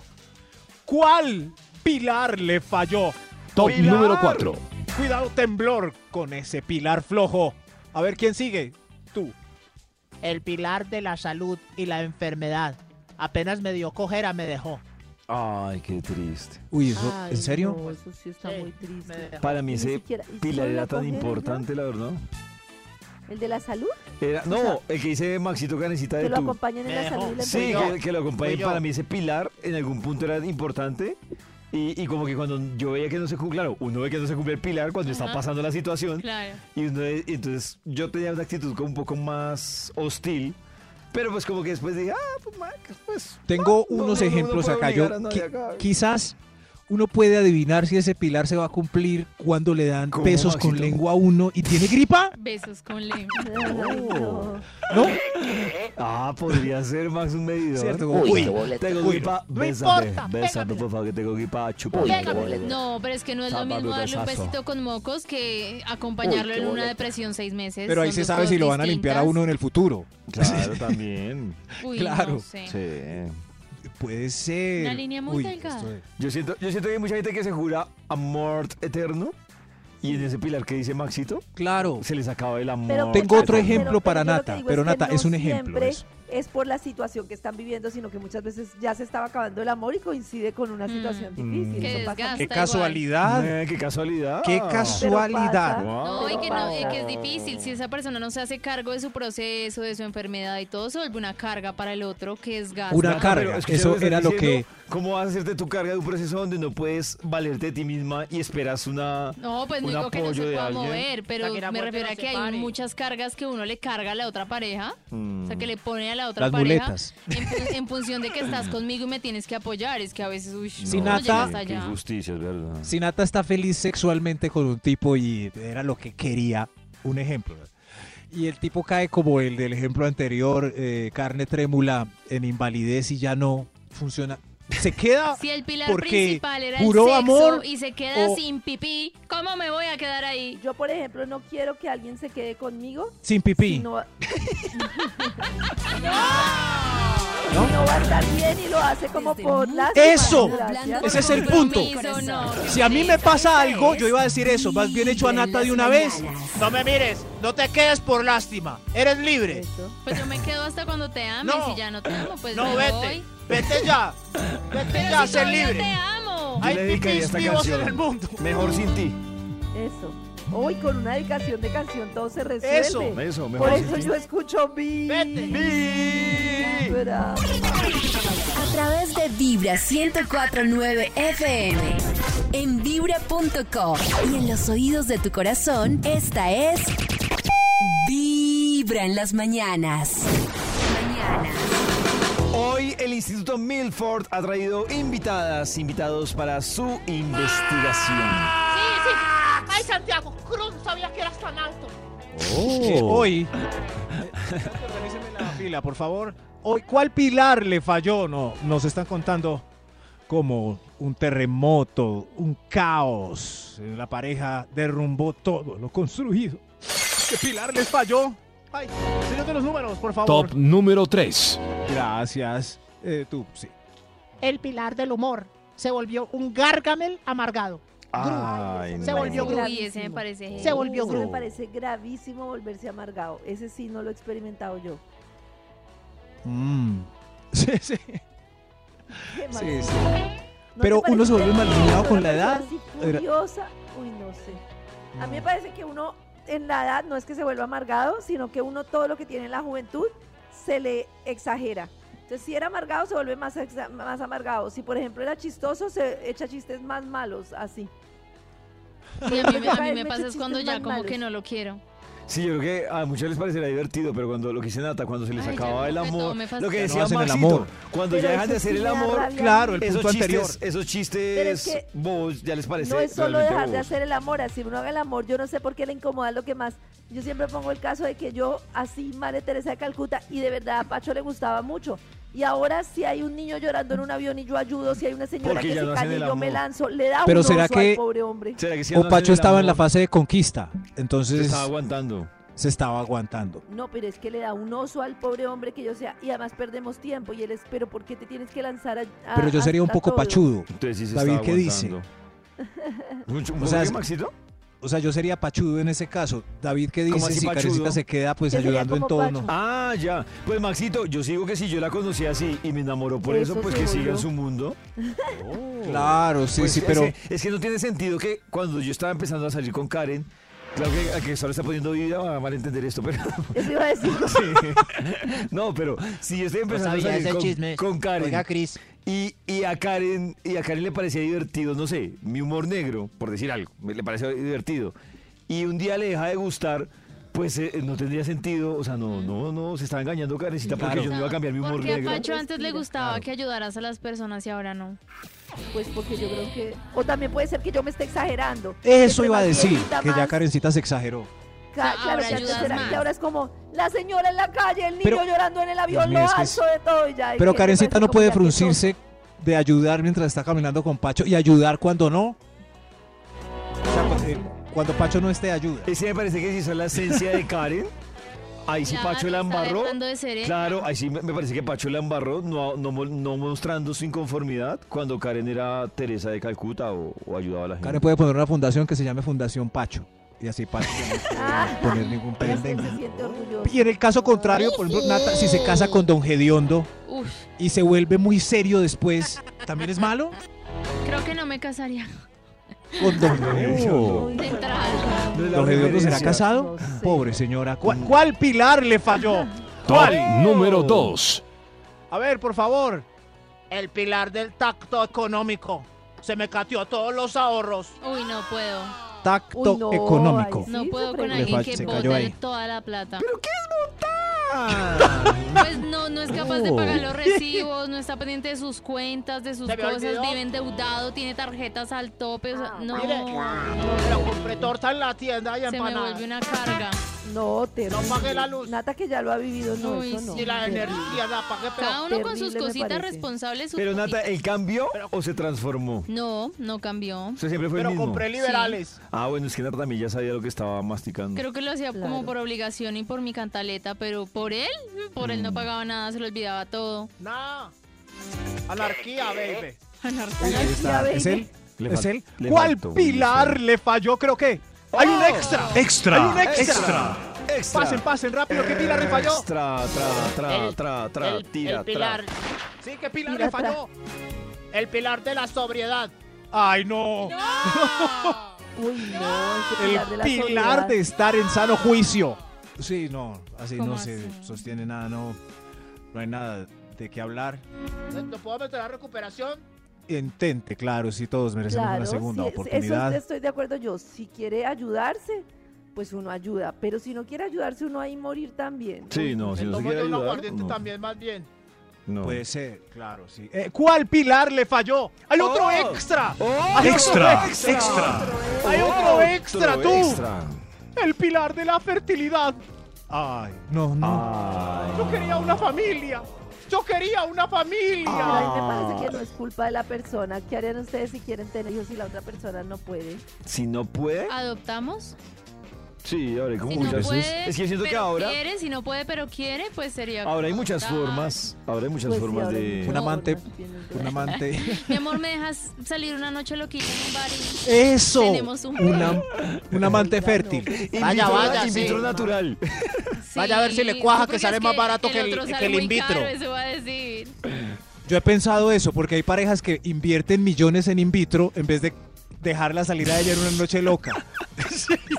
Speaker 4: ¿Cuál pilar le falló?
Speaker 9: Top
Speaker 4: Pilar.
Speaker 9: número 4.
Speaker 4: Cuidado, temblor con ese pilar flojo. A ver quién sigue. Tú.
Speaker 1: El pilar de la salud y la enfermedad. Apenas me dio cojera, me dejó.
Speaker 3: Ay, qué triste.
Speaker 4: Uy, eso,
Speaker 6: Ay,
Speaker 4: ¿en serio?
Speaker 6: No, eso sí está
Speaker 1: Sí,
Speaker 6: muy
Speaker 1: me
Speaker 6: triste.
Speaker 1: dejó.
Speaker 3: Para
Speaker 6: Y
Speaker 3: mí
Speaker 6: ni
Speaker 3: ese
Speaker 6: siquiera- ¿y
Speaker 3: pilar
Speaker 6: solo
Speaker 3: era
Speaker 6: la
Speaker 3: tan
Speaker 6: cogieron,
Speaker 3: importante, la verdad.
Speaker 6: ¿El de la salud?
Speaker 3: Era, no, el que dice Maxito Canecita
Speaker 6: Que
Speaker 3: de
Speaker 6: lo
Speaker 3: tú.
Speaker 6: acompañan en la
Speaker 1: Mejor.
Speaker 6: salud. y la
Speaker 3: Sí,
Speaker 6: enfermedad.
Speaker 3: que, que lo acompañe.
Speaker 1: Fui yo.
Speaker 3: Para mí ese pilar en algún punto era importante. Y, y como que cuando yo veía que no se cumple, claro, uno ve que no se cumple el pilar cuando está
Speaker 5: Ajá.
Speaker 3: pasando la situación.
Speaker 5: Claro.
Speaker 3: Y uno es- entonces yo tenía una actitud como un poco más hostil. Pero pues como que después dije, ah, pues Mac, pues...
Speaker 4: Tengo
Speaker 3: no,
Speaker 4: unos
Speaker 3: no, no
Speaker 4: ejemplos
Speaker 3: puedo
Speaker 4: acá.
Speaker 3: obligar
Speaker 4: Yo,
Speaker 3: a nadie
Speaker 4: qui-
Speaker 3: acá.
Speaker 4: quizás uno puede adivinar si ese pilar se va a cumplir cuando le dan
Speaker 3: ¿Cómo,
Speaker 4: pesos con
Speaker 3: Maxito?
Speaker 4: lengua a uno y tiene gripa,
Speaker 5: Besos con lengua.
Speaker 6: Ay, no.
Speaker 4: ¿no?
Speaker 3: (laughs) Ah, podría ser Max un medidor.
Speaker 4: Cierto, como,
Speaker 3: Uy,
Speaker 4: uy,
Speaker 3: tengo
Speaker 4: uy,
Speaker 3: gripa,
Speaker 1: no
Speaker 3: bésame,
Speaker 1: importa,
Speaker 3: bésame,
Speaker 1: pégamela.
Speaker 3: por favor, que tengo gripa, chupa.
Speaker 5: No, pero es que no es lo
Speaker 3: Zapato
Speaker 5: mismo darle un
Speaker 3: besazo.
Speaker 5: besito con mocos que acompañarlo en una depresión seis meses.
Speaker 4: Pero ahí
Speaker 5: Son
Speaker 4: se
Speaker 5: dos
Speaker 4: sabe si
Speaker 5: cosas
Speaker 4: lo van a limpiar a
Speaker 5: distintas.
Speaker 4: uno en el futuro.
Speaker 3: Claro, también.
Speaker 5: Uy,
Speaker 4: Claro.
Speaker 5: no sé.
Speaker 3: Sí.
Speaker 4: Puede ser.
Speaker 5: Una línea muy delgada.
Speaker 4: esto es-
Speaker 3: Yo siento, yo siento que hay mucha gente que se jura amor eterno. Y en ese pilar que dice Maxito,
Speaker 4: Claro.
Speaker 3: se les acaba el amor.
Speaker 6: Pero
Speaker 4: Tengo
Speaker 6: porque-
Speaker 4: otro
Speaker 6: pero-
Speaker 4: ejemplo
Speaker 6: pero
Speaker 4: para
Speaker 6: yo lo que
Speaker 4: Nata,
Speaker 6: digo
Speaker 4: pero
Speaker 6: que
Speaker 4: Nata,
Speaker 6: no
Speaker 4: es un ejemplo,
Speaker 6: Siempre
Speaker 4: es-
Speaker 6: es por la situación que están viviendo, sino que muchas veces ya se estaba acabando el amor y coincide con una
Speaker 5: Mm.
Speaker 6: situación
Speaker 3: Mm.
Speaker 6: difícil.
Speaker 5: Qué
Speaker 6: eso pasa
Speaker 5: desgaste.
Speaker 4: Qué
Speaker 5: Hasta
Speaker 4: casualidad.
Speaker 3: Eh, ¡Qué casualidad!
Speaker 4: Qué
Speaker 6: Pero pasa.
Speaker 4: casualidad.
Speaker 5: No,
Speaker 6: Pero
Speaker 5: y que, no, y
Speaker 6: pasa.
Speaker 5: que es difícil. Si esa persona no se hace cargo de su proceso, de su enfermedad y todo, se vuelve una carga para el otro que es gasto.
Speaker 4: Una carga.
Speaker 3: Pero ya
Speaker 4: eso
Speaker 3: me estás
Speaker 4: era lo
Speaker 3: diciendo,
Speaker 4: que-
Speaker 3: ¿Cómo vas a hacerte tu carga de un proceso donde no puedes valerte de ti misma y esperas una.
Speaker 5: No, pues no
Speaker 3: Un
Speaker 5: digo que no se
Speaker 3: apoyo de
Speaker 5: pueda
Speaker 3: alguien.
Speaker 5: mover, pero
Speaker 1: Hasta que la
Speaker 5: me
Speaker 1: muerte
Speaker 5: refiero a
Speaker 1: nos
Speaker 5: que hay
Speaker 1: separe.
Speaker 5: muchas cargas que uno le carga a la otra pareja, o sea, que le pone a la otra
Speaker 4: Las
Speaker 5: pareja
Speaker 4: muletas.
Speaker 5: en, fu- en función de que estás conmigo y me tienes que apoyar. Es que a veces, uy,
Speaker 4: Si
Speaker 5: no,
Speaker 4: Nata-
Speaker 5: llega hasta allá.
Speaker 3: injusticia, es verdad.
Speaker 4: Si Nata está feliz sexualmente con un tipo y era lo que quería, un ejemplo. Y el tipo cae como el del ejemplo anterior, eh, carne trémula, en invalidez y ya no funciona. Se queda
Speaker 5: Si el pilar
Speaker 4: Porque
Speaker 5: principal era el
Speaker 4: puro
Speaker 5: sexo
Speaker 4: amor
Speaker 5: y se queda
Speaker 4: o-
Speaker 5: sin pipí, ¿cómo me voy a quedar ahí?
Speaker 6: Yo, por ejemplo, no quiero que alguien se quede conmigo.
Speaker 4: sin pipí.
Speaker 6: Si no, (laughs) Si no va a estar bien y lo hace como
Speaker 2: Desde
Speaker 6: por
Speaker 2: muy
Speaker 6: la
Speaker 4: Eso.
Speaker 2: Ese es el punto.
Speaker 5: Compromiso, no, qué
Speaker 4: Si a mí me
Speaker 5: pereza.
Speaker 4: pasa algo, yo iba a decir eso. Más bien hecho a Nata de una vez.
Speaker 1: No me mires, no te quedes por lástima. Eres libre.
Speaker 6: Eso.
Speaker 5: Pues yo me quedo hasta cuando te ames
Speaker 1: No.
Speaker 5: y ya no te amo, pues
Speaker 1: No,
Speaker 5: me
Speaker 1: vete.
Speaker 5: voy.
Speaker 1: Vete ya. Vete
Speaker 5: Pero
Speaker 1: ya,
Speaker 5: si
Speaker 1: sé
Speaker 5: todavía
Speaker 1: libre.
Speaker 5: te amo.
Speaker 1: Hay
Speaker 3: le dedicaría
Speaker 1: pipis
Speaker 3: esta
Speaker 1: vivos
Speaker 3: canción.
Speaker 1: en el mundo.
Speaker 3: Mejor sin ti.
Speaker 6: Eso. Hoy con una dedicación de canción todo se resuelve.
Speaker 1: Eso,
Speaker 3: Eso, mejor
Speaker 6: Por
Speaker 3: sin
Speaker 6: eso
Speaker 3: ti.
Speaker 6: yo escucho Vibra.
Speaker 2: A través de Vibra 104.9 FM. En vibra.com. Y en los oídos de tu corazón, esta es... Vibra en las mañanas. Mañanas.
Speaker 3: Hoy el Instituto Milford ha traído invitadas, invitados para su investigación.
Speaker 1: sí. Ay, Santiago Cruz, sabía que eras tan alto.
Speaker 4: Eh, hoy. (laughs) Organíceme la fila, por favor. Hoy, ¿cuál pilar le falló? No, nos están contando como un terremoto, un caos. Eh, La pareja derrumbó todo lo construido. ¿Qué pilar les falló? Ay, señor de los números, por favor.
Speaker 9: Top número 3.
Speaker 4: Gracias. Eh, tú, sí.
Speaker 1: El pilar del humor se volvió un gargamel amargado.
Speaker 3: Ah. Ay,
Speaker 1: Se
Speaker 3: no.
Speaker 1: volvió
Speaker 6: Uy,
Speaker 5: Uy, ese me parece.
Speaker 1: Se volvió
Speaker 3: Oh.
Speaker 6: Eso me
Speaker 1: grupo.
Speaker 6: parece gravísimo volverse amargado. Ese sí no lo he experimentado yo.
Speaker 4: Mm. (laughs) Sí, sí.
Speaker 6: Qué mal.
Speaker 4: Sí, sí.
Speaker 6: ¿No
Speaker 4: Pero
Speaker 6: te parece
Speaker 4: uno se vuelve
Speaker 6: terrible?
Speaker 4: malcriado
Speaker 6: Una
Speaker 4: con la
Speaker 6: persona
Speaker 4: edad.
Speaker 6: así
Speaker 4: Era-
Speaker 6: furiosa. Uy, no sé. A
Speaker 4: Mm.
Speaker 6: mí me parece que uno en la edad no es que se vuelva amargado, sino que uno todo lo que tiene en la juventud se le exagera. Entonces, si era amargado, se vuelve más, exa- más amargado. Si, por ejemplo, era chistoso, se echa chistes más malos, así.
Speaker 5: Y a mí, me- a (laughs) mí
Speaker 6: Ay,
Speaker 5: me
Speaker 6: me
Speaker 5: pasa es
Speaker 6: chistes
Speaker 5: cuando ya
Speaker 6: más
Speaker 5: como
Speaker 6: malos.
Speaker 5: que no lo quiero.
Speaker 3: Sí, yo creo que a muchos les parecerá divertido, pero cuando lo que dice Nata, cuando se les
Speaker 5: Ay, ya
Speaker 3: acaba
Speaker 5: no,
Speaker 3: el
Speaker 5: me- no,
Speaker 3: amor,
Speaker 5: me
Speaker 3: lo que
Speaker 5: fastidia.
Speaker 3: decía
Speaker 4: No hacen el
Speaker 3: Maxito,
Speaker 4: amor.
Speaker 3: cuando
Speaker 6: Pero
Speaker 3: ya dejan de
Speaker 6: eso
Speaker 3: hacer
Speaker 6: sí
Speaker 3: el
Speaker 6: da
Speaker 3: amor,
Speaker 6: rabia.
Speaker 4: Claro, el
Speaker 3: esos
Speaker 4: punto
Speaker 3: chistes,
Speaker 4: anterior.
Speaker 3: esos
Speaker 6: Pero
Speaker 3: chistes
Speaker 6: es que
Speaker 3: bobos ya les parece
Speaker 6: No es solo
Speaker 3: realmente
Speaker 6: dejar de
Speaker 3: bobos.
Speaker 6: hacer el amor, así uno haga el amor. Yo no sé por qué le incomoda lo que más. Yo siempre pongo el caso de que yo, así, Madre Teresa de Calcuta, y de verdad a Pacho le gustaba mucho. Y ahora, si hay un niño llorando en un avión y yo ayudo, si hay una señora
Speaker 3: Porque
Speaker 6: que
Speaker 3: ya
Speaker 6: se
Speaker 3: no hacen
Speaker 6: cae y
Speaker 3: el
Speaker 6: yo me
Speaker 3: amor.
Speaker 6: lanzo, le da
Speaker 4: Pero
Speaker 6: un
Speaker 4: ¿será
Speaker 6: oso
Speaker 4: que-
Speaker 6: al pobre hombre.
Speaker 3: ¿Será que si ya no
Speaker 4: O Pacho
Speaker 3: hacen el
Speaker 4: estaba en la
Speaker 3: amor,
Speaker 4: fase de conquista,
Speaker 3: se
Speaker 4: entonces
Speaker 3: estaba aguantando.
Speaker 4: se estaba aguantando.
Speaker 6: No, pero es que le da un oso al pobre hombre que yo sea, y además perdemos tiempo. Y él es, pero ¿por qué te tienes que lanzar a, a-
Speaker 4: Pero yo sería un
Speaker 6: a
Speaker 4: poco
Speaker 6: Ah, todo?"
Speaker 4: pachudo.
Speaker 3: Entonces sí se
Speaker 4: David,
Speaker 3: estaba
Speaker 4: ¿qué dice?
Speaker 3: aguantando.
Speaker 6: (laughs)
Speaker 3: Mucho-
Speaker 4: O sea,
Speaker 3: ¿por qué,
Speaker 4: es-
Speaker 3: Maxito?
Speaker 4: O sea, yo sería pachudo en ese caso. David, ¿qué
Speaker 3: ¿Cómo
Speaker 4: dice?
Speaker 3: así
Speaker 4: Si
Speaker 3: pachudo?
Speaker 4: Karencita se queda pues
Speaker 6: Yo sería
Speaker 4: ayudando en
Speaker 6: como
Speaker 4: todo,
Speaker 6: Pacho.
Speaker 4: ¿no?
Speaker 3: Ah, ya. Pues Maxito, yo sigo que si yo la conocí así y me enamoró por eso,
Speaker 6: Eso
Speaker 3: pues que
Speaker 6: seguro.
Speaker 3: siga en su mundo.
Speaker 4: Claro, sí,
Speaker 3: Pues
Speaker 4: sí,
Speaker 3: es
Speaker 4: pero...
Speaker 3: que- Es que, no tiene sentido que cuando yo estaba empezando a salir con Karen, claro que a que solo está poniendo vida va a malentender esto, pero (laughs)
Speaker 6: Eso iba
Speaker 4: (laughs)
Speaker 6: a decir.
Speaker 3: sí. No, pero si yo estoy empezando a salir con, con Karen
Speaker 1: Cris.
Speaker 3: y, y a Karen y a Karen le parecía divertido, no sé, mi humor negro, por decir algo, me- le parecía divertido. Y un día le deja de gustar, pues eh, no tendría sentido, o sea, no, no, no, se está engañando Karencita porque
Speaker 4: Claro.
Speaker 3: yo no iba a cambiar mi humor
Speaker 5: Porque a
Speaker 3: negro.
Speaker 5: Pacho antes le gustaba que ayudaras a las personas y ahora no.
Speaker 6: Pues porque yo creo que. O también puede ser que yo me esté exagerando.
Speaker 4: Eso
Speaker 6: Entre
Speaker 4: iba a
Speaker 6: más
Speaker 4: decir,
Speaker 6: viejita,
Speaker 4: que ya
Speaker 6: más-
Speaker 4: Karencita se exageró.
Speaker 5: O
Speaker 6: Ca-
Speaker 5: sea,
Speaker 6: claro,
Speaker 5: ahora
Speaker 6: que antes
Speaker 5: ayudas
Speaker 6: era-
Speaker 5: más.
Speaker 6: que ahora es como la señora en la calle, el niño
Speaker 4: Pero-
Speaker 6: llorando en el avión,
Speaker 4: mío,
Speaker 6: lo
Speaker 4: es que
Speaker 6: alzo de todo y ya. y
Speaker 4: Pero
Speaker 6: que
Speaker 4: Karencita
Speaker 6: parece
Speaker 4: no
Speaker 6: como
Speaker 4: puede
Speaker 6: ya que sos-
Speaker 4: fruncirse de ayudar mientras está caminando con Pacho y ayudar cuando no. O sea, cuando, eh, cuando Pacho no esté, ayuda.
Speaker 3: Ese me parece que si es la esencia de Karen, ahí sí
Speaker 5: Claro,
Speaker 3: Pacho la
Speaker 5: está
Speaker 3: embarró.
Speaker 5: dejando de ser él.
Speaker 3: Claro, ahí sí me me parece que Pacho la embarró, no, no, mo- no mostrando su inconformidad cuando Karen era Teresa de Calcuta o, o ayudaba a la gente.
Speaker 4: Karen puede poner una fundación que se llame Fundación Pacho. Y así Pacho ya no
Speaker 6: (laughs)
Speaker 4: puede poner ningún
Speaker 6: Ya se, este se
Speaker 4: pendiente.
Speaker 6: siente orgulloso.
Speaker 4: Y en el caso contrario, por ejemplo, Nata, si se casa con Don Gediondo
Speaker 5: Uf,
Speaker 4: y se vuelve muy serio después, ¿también es malo?
Speaker 5: creo que no me casaría (laughs)
Speaker 4: Con Don
Speaker 3: Oh.
Speaker 4: Gediondo.
Speaker 5: de entrada.
Speaker 3: No es la
Speaker 4: ¿Don Gediondo será
Speaker 3: referencia.
Speaker 4: casado?
Speaker 6: No sé.
Speaker 4: Pobre señora.
Speaker 1: ¿Cuál,
Speaker 4: ¿Cuál?
Speaker 1: cuál pilar le falló?
Speaker 9: Top número 2.
Speaker 1: A ver, por favor. El pilar del tacto económico. Se me cateó todos los ahorros.
Speaker 5: Uy, no puedo.
Speaker 4: Tacto
Speaker 6: Uy, no,
Speaker 4: económico.
Speaker 6: ay,
Speaker 5: No
Speaker 6: Sí,
Speaker 5: puedo
Speaker 6: se
Speaker 5: con
Speaker 6: fregó.
Speaker 5: alguien
Speaker 4: Le
Speaker 5: que
Speaker 4: fa- se cayó
Speaker 5: bote
Speaker 4: ahí.
Speaker 5: toda la plata.
Speaker 3: Ah,
Speaker 5: Pues no, no es capaz de pagar los recibos, no está pendiente de sus cuentas, de sus
Speaker 1: Se me
Speaker 5: cosas,
Speaker 1: olvidó.
Speaker 5: vive endeudado, tiene tarjetas al tope, o sea, no,
Speaker 1: Mire, pero compré torta en la tienda y
Speaker 5: se me
Speaker 1: empanadas.
Speaker 5: vuelve una carga.
Speaker 6: No, terrible.
Speaker 1: No pague la luz.
Speaker 6: Nata que ya lo ha vivido, no,
Speaker 5: Uy,
Speaker 6: eso no.
Speaker 5: sí,
Speaker 1: Y la
Speaker 6: Terrible.
Speaker 1: energía la pagué, pero...
Speaker 5: Cada uno con
Speaker 6: terrible
Speaker 5: sus
Speaker 6: me
Speaker 5: cositas
Speaker 6: parece.
Speaker 5: responsables. sus
Speaker 3: Pero Nata,
Speaker 5: cositas.
Speaker 3: ¿el cambió o se transformó?
Speaker 5: No, no cambió.
Speaker 3: O sea, siempre fue el
Speaker 1: Pero
Speaker 3: mismo.
Speaker 1: compré liberales.
Speaker 3: Ah, bueno, es que Nata también ya sabía lo que estaba masticando.
Speaker 5: Creo que lo hacía como
Speaker 6: Claro.
Speaker 5: por obligación y por mi cantaleta, pero por él, por
Speaker 1: Mm.
Speaker 5: él no pagaba nada, se lo olvidaba todo.
Speaker 1: Nah. Anarquía, baby.
Speaker 4: Ahí está. ¿Es él?
Speaker 3: Le
Speaker 4: ¿Es
Speaker 3: fal-
Speaker 4: él?
Speaker 3: le
Speaker 1: ¿Cuál
Speaker 3: faltó un
Speaker 1: pilar le falló? Creo que hay un extra. Hay un
Speaker 9: Extra.
Speaker 1: extra.
Speaker 9: Extra.
Speaker 3: Extra.
Speaker 1: Pasen, pasen rápido. ¿Qué pilar le falló?
Speaker 3: Extra, tra, tra,
Speaker 1: El-
Speaker 3: tra, tra,
Speaker 1: el-
Speaker 3: tira,
Speaker 1: el pilar.
Speaker 3: tra.
Speaker 1: Sí, ¿qué pilar
Speaker 6: Tira,
Speaker 1: le falló? El pilar de la sobriedad. Ay, no.
Speaker 6: Uy, no, ese
Speaker 4: El
Speaker 6: pilar de la
Speaker 4: pilar
Speaker 6: soledad.
Speaker 4: de estar en sano juicio. Sí, no, así
Speaker 5: ¿Cómo
Speaker 4: no se
Speaker 5: así?
Speaker 4: sostiene nada, no, no hay nada de qué hablar.
Speaker 1: ¿No puedo meter la recuperación?
Speaker 4: Intente, claro, sí, todos merecemos
Speaker 6: Claro,
Speaker 4: una segunda
Speaker 6: sí, sí,
Speaker 4: oportunidad.
Speaker 6: Eso estoy de acuerdo yo. Si quiere ayudarse, pues uno ayuda. Pero si no quiere ayudarse, uno ahí morir también.
Speaker 3: Sí, no, si no se
Speaker 1: Me tomo
Speaker 3: quiere
Speaker 1: yo un
Speaker 3: ayudar,
Speaker 1: aguardiente
Speaker 3: no.
Speaker 1: también, más bien.
Speaker 3: No.
Speaker 4: Puede ser, claro, sí. Eh, ¿Cuál pilar le falló?
Speaker 1: ¡Hay otro
Speaker 3: Oh.
Speaker 1: extra! Hay
Speaker 9: Extra.
Speaker 1: otro
Speaker 9: Extra. Extra.
Speaker 1: ¡Hay otro extra, tú!
Speaker 3: extra.
Speaker 1: ¡El pilar de la fertilidad!
Speaker 4: Ay, no, no.
Speaker 3: Ay.
Speaker 1: ¡Yo quería una familia! ¡Yo quería una
Speaker 6: Pero
Speaker 1: familia!
Speaker 6: ahí me parece que no es culpa de la persona. ¿Qué harían ustedes si quieren tener hijos y la otra persona no puede?
Speaker 3: Si no
Speaker 1: Ah.
Speaker 3: puede,
Speaker 5: ¿Adoptamos?
Speaker 3: sí, ahora hay como
Speaker 5: Si no
Speaker 3: muchas-
Speaker 5: puede,
Speaker 3: Es que yo siento que
Speaker 5: pero
Speaker 3: ahora,
Speaker 5: quiere, si no puede, pero quiere, pues sería...
Speaker 3: ahora hay muchas
Speaker 5: adoptar.
Speaker 3: formas, ahora hay muchas
Speaker 6: Pues sí,
Speaker 3: formas
Speaker 6: ahora
Speaker 3: de...
Speaker 6: mismo.
Speaker 4: Un amante,
Speaker 6: No, no tienes
Speaker 4: un
Speaker 6: idea.
Speaker 4: amante.
Speaker 5: Mi amor, ¿me dejas salir una noche loquita en un bar y
Speaker 4: ¡Eso!
Speaker 5: Tenemos un
Speaker 4: Un
Speaker 5: (laughs)
Speaker 4: am- un amante
Speaker 6: Mira, no.
Speaker 4: fértil.
Speaker 3: In
Speaker 1: Vaya,
Speaker 3: vitro-
Speaker 1: vaya,
Speaker 3: in
Speaker 1: sí.
Speaker 3: vitro natural.
Speaker 5: Sí,
Speaker 1: Vaya a ver si le cuaja,
Speaker 5: sí,
Speaker 1: que
Speaker 5: porque
Speaker 1: sale
Speaker 5: es
Speaker 1: más barato que el-
Speaker 5: otro
Speaker 1: que
Speaker 5: sale
Speaker 1: el
Speaker 5: muy
Speaker 1: in vitro.
Speaker 5: caro, eso va a decir.
Speaker 4: Yo he pensado eso, porque hay parejas que invierten millones en in vitro en vez de dejarla salir a ella en una noche loca.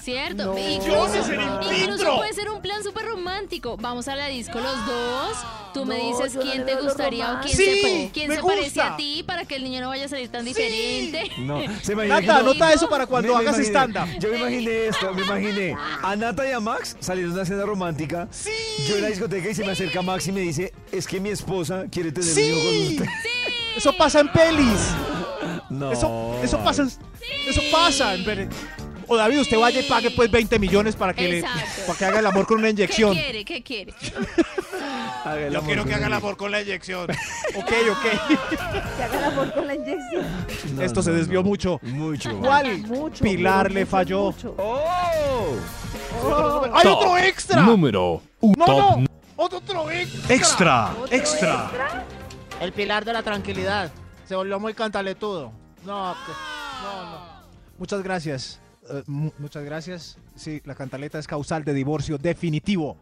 Speaker 5: ¿Cierto?
Speaker 6: No.
Speaker 5: Incluso,
Speaker 1: Yo ser
Speaker 5: incluso
Speaker 1: impitro.
Speaker 5: puede ser un plan súper romántico. Vamos a la disco los dos. Tú me
Speaker 6: No,
Speaker 5: dices
Speaker 6: yo no
Speaker 5: quién
Speaker 6: le
Speaker 5: te
Speaker 6: veo lo
Speaker 5: gustaría o quién,
Speaker 1: romántico.
Speaker 5: se,
Speaker 1: Sí,
Speaker 5: pa- quién
Speaker 1: me
Speaker 5: se parece
Speaker 1: gusta.
Speaker 5: a ti para que el niño no vaya a salir tan diferente.
Speaker 6: Mm,
Speaker 4: No, se imagina
Speaker 1: (laughs) Nata,
Speaker 5: Nata,
Speaker 1: anota
Speaker 5: anota
Speaker 1: eso para cuando
Speaker 4: Me- me
Speaker 1: hagas
Speaker 4: imaginé-
Speaker 1: stand-up.
Speaker 4: Yo me imaginé esto, me imaginé a Nata y a Max saliendo de una cena romántica. Sí. Yo en la discoteca y se me acerca Max y me dice, es que mi esposa quiere tener un hijo con
Speaker 1: ¡Sí! Eso pasa en pelis.
Speaker 4: usted". No.
Speaker 1: Eso, eso pasa en, eso pasa en pelis. O David, usted vaya y pague pues 20 millones para que, le,
Speaker 5: Exacto.
Speaker 1: para que haga el amor con una
Speaker 5: ¿Qué
Speaker 1: inyección.
Speaker 5: quiere? ¿Qué quiere?
Speaker 4: Haga el
Speaker 1: Yo
Speaker 4: amor
Speaker 1: quiero que
Speaker 4: con
Speaker 1: haga el
Speaker 4: él.
Speaker 1: amor con la inyección. Ok, ok.
Speaker 6: Que haga el amor con la inyección.
Speaker 4: No,
Speaker 1: Esto se
Speaker 4: no,
Speaker 1: desvió
Speaker 4: no.
Speaker 1: mucho.
Speaker 4: Mucho.
Speaker 1: ¿Cuál
Speaker 6: Mucho.
Speaker 1: pilar
Speaker 6: pero
Speaker 1: le
Speaker 6: mucho,
Speaker 1: falló?
Speaker 6: mucho.
Speaker 4: ¡Oh!
Speaker 1: ¡Hay
Speaker 9: Top
Speaker 1: otro extra!
Speaker 9: Número uno.
Speaker 1: ¡No,
Speaker 9: Top
Speaker 1: no! ¡Otro extra!
Speaker 9: Extra,
Speaker 6: ¿Otro
Speaker 9: extra.
Speaker 1: El pilar de la tranquilidad. Se volvió muy cantaletudo. No, que- no, no.
Speaker 4: Muchas gracias. Eh, mu- muchas gracias. Sí, la cantaleta es causal de divorcio definitivo.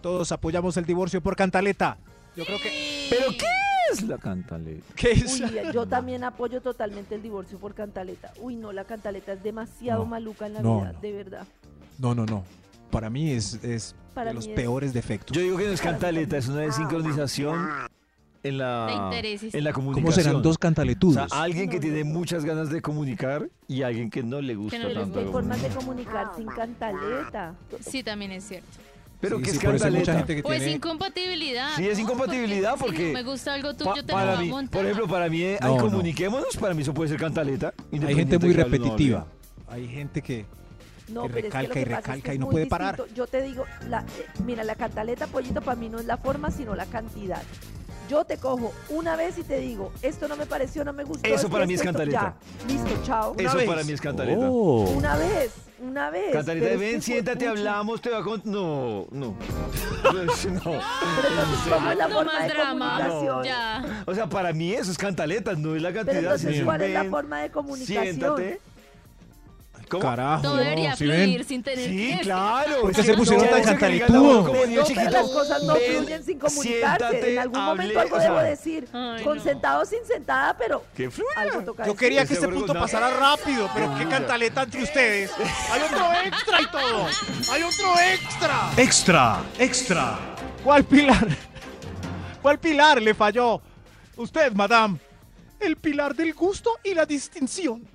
Speaker 4: Todos apoyamos el divorcio por cantaleta. Yo creo que...
Speaker 3: ¿Pero qué es la cantaleta?
Speaker 4: ¿Qué es?
Speaker 6: Uy, eh, yo también apoyo totalmente el divorcio por cantaleta. Uy, no, la cantaleta es demasiado
Speaker 4: No,
Speaker 6: maluca en la
Speaker 4: no,
Speaker 6: vida,
Speaker 4: no.
Speaker 6: de verdad.
Speaker 4: No, no, no. Para mí es, es
Speaker 6: Para
Speaker 4: de los
Speaker 6: mí es-
Speaker 4: peores defectos.
Speaker 3: Yo digo que no es cantaleta, es una desincronización en
Speaker 5: De
Speaker 3: Ah, la,
Speaker 5: intereses.
Speaker 3: en la comunicación.
Speaker 4: ¿Cómo serán dos
Speaker 3: O
Speaker 4: cantaletudos?
Speaker 3: sea, alguien que tiene muchas ganas de comunicar y alguien que no le gusta
Speaker 5: Que no le
Speaker 3: tanto.
Speaker 5: gusta.
Speaker 6: Hay
Speaker 3: la
Speaker 6: formas de
Speaker 3: comunicación.
Speaker 6: comunicar sin cantaleta.
Speaker 5: Sí, también es cierto.
Speaker 3: Pero
Speaker 4: Sí,
Speaker 3: que
Speaker 4: sí,
Speaker 3: es
Speaker 4: por eso hay mucha
Speaker 3: cantaleta.
Speaker 4: gente que
Speaker 5: O es
Speaker 4: tiene-
Speaker 5: incompatibilidad.
Speaker 3: Sí, es
Speaker 5: ¿no?
Speaker 3: incompatibilidad,
Speaker 5: si
Speaker 3: porque
Speaker 5: no me gusta algo
Speaker 3: Pa-
Speaker 5: tuyo, te lo
Speaker 3: para
Speaker 5: voy a
Speaker 3: mí,
Speaker 5: montar.
Speaker 3: por ejemplo, para mí, eh, ay,
Speaker 4: No, no.
Speaker 3: comuniquémonos, para mí eso puede ser cantaleta.
Speaker 4: Hay
Speaker 3: independiente
Speaker 4: gente muy
Speaker 3: que hable o no hable.
Speaker 4: repetitiva. Hay gente que...
Speaker 6: No,
Speaker 4: Que
Speaker 6: pero
Speaker 4: recalca
Speaker 6: es que lo
Speaker 4: y
Speaker 6: que pasa es
Speaker 4: recalca
Speaker 6: que
Speaker 4: y
Speaker 6: es
Speaker 4: no
Speaker 6: muy
Speaker 4: puede parar.
Speaker 6: distinto. Yo te digo, la- eh, mira, la cantaleta, pollito, para mí no es la forma, sino la cantidad. Yo te cojo una vez y te digo, esto no me pareció, no me gustó.
Speaker 3: Eso
Speaker 6: esto,
Speaker 3: para mí
Speaker 6: esto,
Speaker 3: es
Speaker 6: esto,
Speaker 3: cantaleta.
Speaker 6: Ya, listo, chao.
Speaker 1: Una
Speaker 3: Eso
Speaker 1: vez.
Speaker 3: para mí es cantaleta.
Speaker 4: Oh.
Speaker 6: Una vez, una vez.
Speaker 3: Cantaleta,
Speaker 6: pero es
Speaker 3: ven,
Speaker 6: que,
Speaker 3: siéntate,
Speaker 6: pucha,
Speaker 3: hablamos, te va a con... No, no. (laughs)
Speaker 6: (laughs)
Speaker 3: no.
Speaker 6: Pero entonces, ¿cómo es la
Speaker 5: no
Speaker 6: forma
Speaker 5: más
Speaker 6: de
Speaker 5: drama.
Speaker 6: comunicación?
Speaker 5: Ya.
Speaker 3: O sea, para mí eso es cantaleta, no es la
Speaker 6: Pero
Speaker 3: cantidad.
Speaker 6: entonces,
Speaker 3: sino
Speaker 6: ¿cuál es la
Speaker 3: ven,
Speaker 6: forma de comunicación?
Speaker 3: Siéntate. ¿Cómo?
Speaker 4: Carajo.
Speaker 5: Todo debería
Speaker 4: ¿sí ven?
Speaker 5: fluir sin tener
Speaker 3: Sí,
Speaker 5: que-
Speaker 3: claro.
Speaker 4: Porque
Speaker 3: sí,
Speaker 4: se pusieron
Speaker 3: ya
Speaker 4: tan
Speaker 3: eso que le
Speaker 4: cantaleta,
Speaker 3: cantamos
Speaker 4: uno.
Speaker 3: como niños
Speaker 6: No, pero
Speaker 3: chiquitos.
Speaker 6: las cosas no
Speaker 3: Ven,
Speaker 6: fluyen sin comunicarse.
Speaker 3: siéntate,
Speaker 6: en algún
Speaker 3: hable,
Speaker 6: momento algo
Speaker 3: o sea,
Speaker 6: debo decir.
Speaker 5: Ay,
Speaker 6: con
Speaker 5: no.
Speaker 6: sentado sin sentada, pero
Speaker 3: Que fluya.
Speaker 6: algo toca
Speaker 1: Yo
Speaker 6: decir.
Speaker 1: quería que este
Speaker 3: seguro
Speaker 1: punto
Speaker 3: no.
Speaker 1: pasara rápido, pero qué cantaleta entre ustedes. Hay otro extra y todo. Hay otro extra.
Speaker 9: Extra, extra.
Speaker 1: ¿Cuál pilar? ¿Cuál pilar le falló? Usted, madame. El pilar del gusto y la distinción.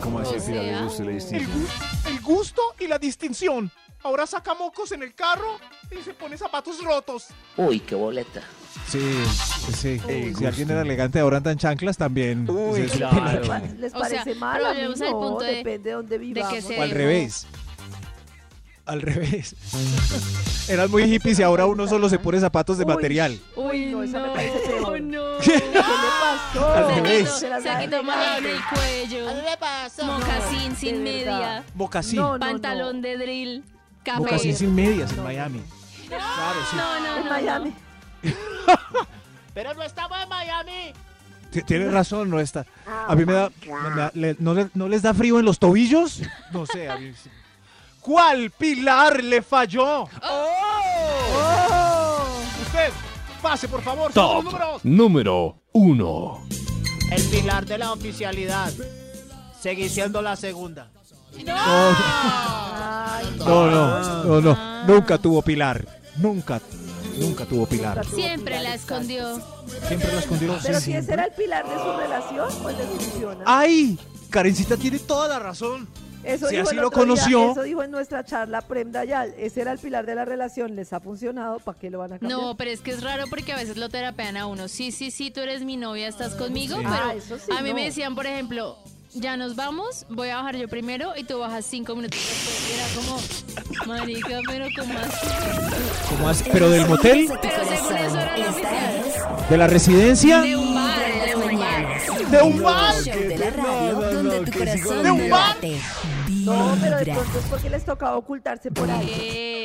Speaker 3: ¿Cómo así?
Speaker 5: O
Speaker 3: al final le
Speaker 5: sea,
Speaker 3: gusta la
Speaker 1: El,
Speaker 3: distinción?
Speaker 1: gu- el gusto y la distinción. Ahora saca mocos en el carro y se pone zapatos rotos.
Speaker 10: Uy, qué boleta.
Speaker 4: Sí, sí. si alguien era elegante ahora anda en chanclas también.
Speaker 3: Uy,
Speaker 4: Es-
Speaker 3: claro.
Speaker 6: (laughs) ¿Les
Speaker 5: O
Speaker 6: parece
Speaker 5: sea,
Speaker 6: mal? A mí
Speaker 5: volvemos al
Speaker 6: no,
Speaker 5: punto de-
Speaker 6: depende de dónde vivamos.
Speaker 5: se-
Speaker 4: O al
Speaker 5: Pero-
Speaker 4: revés. Al revés. Eran muy hippies y ahora uno solo se pone zapatos de
Speaker 6: Uy,
Speaker 4: material.
Speaker 5: Uy,
Speaker 6: no,
Speaker 5: no,
Speaker 6: esa me parece peor.
Speaker 5: no.
Speaker 6: ¿Qué
Speaker 3: (laughs)
Speaker 6: le pasó?
Speaker 4: Al
Speaker 5: Se
Speaker 4: revés.
Speaker 5: quitó-
Speaker 6: Se las
Speaker 5: Se
Speaker 6: dejan
Speaker 5: quitó
Speaker 6: elegantes.
Speaker 5: mano en el cuello. Mocasín sin
Speaker 6: de verdad.
Speaker 5: media.
Speaker 4: Mocasín.
Speaker 6: No, no,
Speaker 5: Pantalón de drill. Café.
Speaker 4: Mocasín sin medias en
Speaker 6: No.
Speaker 4: Miami. Claro, sí.
Speaker 5: No, no,
Speaker 6: En
Speaker 5: no.
Speaker 6: Miami.
Speaker 1: Pero no estamos en Miami.
Speaker 4: Ti- Tienes razón, no está. A mí me da. me da- le- ¿no, le- no les da frío en los tobillos? No sé, a mí sí.
Speaker 1: ¿Cuál pilar le falló? Oh. Usted, pase por favor.
Speaker 9: Top
Speaker 1: son los números.
Speaker 9: número uno.
Speaker 1: El pilar de la oficialidad. Seguí siendo la segunda.
Speaker 5: No.
Speaker 4: No, no, no, no.
Speaker 1: Ah.
Speaker 4: Nunca tuvo pilar. Nunca, nunca tuvo pilar.
Speaker 5: Siempre la escondió.
Speaker 4: Siempre Ah. la escondió.
Speaker 6: Pero
Speaker 4: Sí.
Speaker 6: si ese era el pilar de su relación, pues le funciona.
Speaker 4: ¡Ay! Karencita tiene toda la razón.
Speaker 6: eso
Speaker 4: si
Speaker 6: dijo
Speaker 4: así
Speaker 6: el
Speaker 4: lo
Speaker 6: otro día,
Speaker 4: conoció.
Speaker 6: eso dijo en nuestra charla Prem Dayal. Ese era el pilar de la relación. ¿Les ha funcionado? ¿Para qué lo van a cambiar?
Speaker 5: No, pero es que es raro porque a veces lo terapean a uno. Sí, sí, sí, tú eres mi novia, estás conmigo,
Speaker 6: Sí.
Speaker 5: pero
Speaker 6: Ah, eso sí,
Speaker 5: a mí
Speaker 6: no.
Speaker 5: me decían, por ejemplo, ya nos vamos, voy a bajar yo primero y tú bajas cinco minutos después. Y Era como, marica, pero como así.
Speaker 4: ¿Cómo hace? Pero del motel,
Speaker 5: Pero según eso era lo
Speaker 2: Esta
Speaker 5: oficial.
Speaker 2: es
Speaker 4: de la residencia.
Speaker 5: De un bar,
Speaker 2: Vibra en
Speaker 5: de
Speaker 2: las
Speaker 5: un bar.
Speaker 2: mañanas.
Speaker 1: De un bar.
Speaker 2: El show de la
Speaker 3: No,
Speaker 2: radio
Speaker 3: no,
Speaker 2: donde
Speaker 3: no,
Speaker 2: tu
Speaker 3: que sigo-
Speaker 2: corazón
Speaker 1: ¿De un
Speaker 2: no
Speaker 1: bar?
Speaker 2: late.
Speaker 6: No, pero de
Speaker 2: Vibra.
Speaker 6: pronto es porque les tocaba ocultarse por ahí.
Speaker 5: Eso.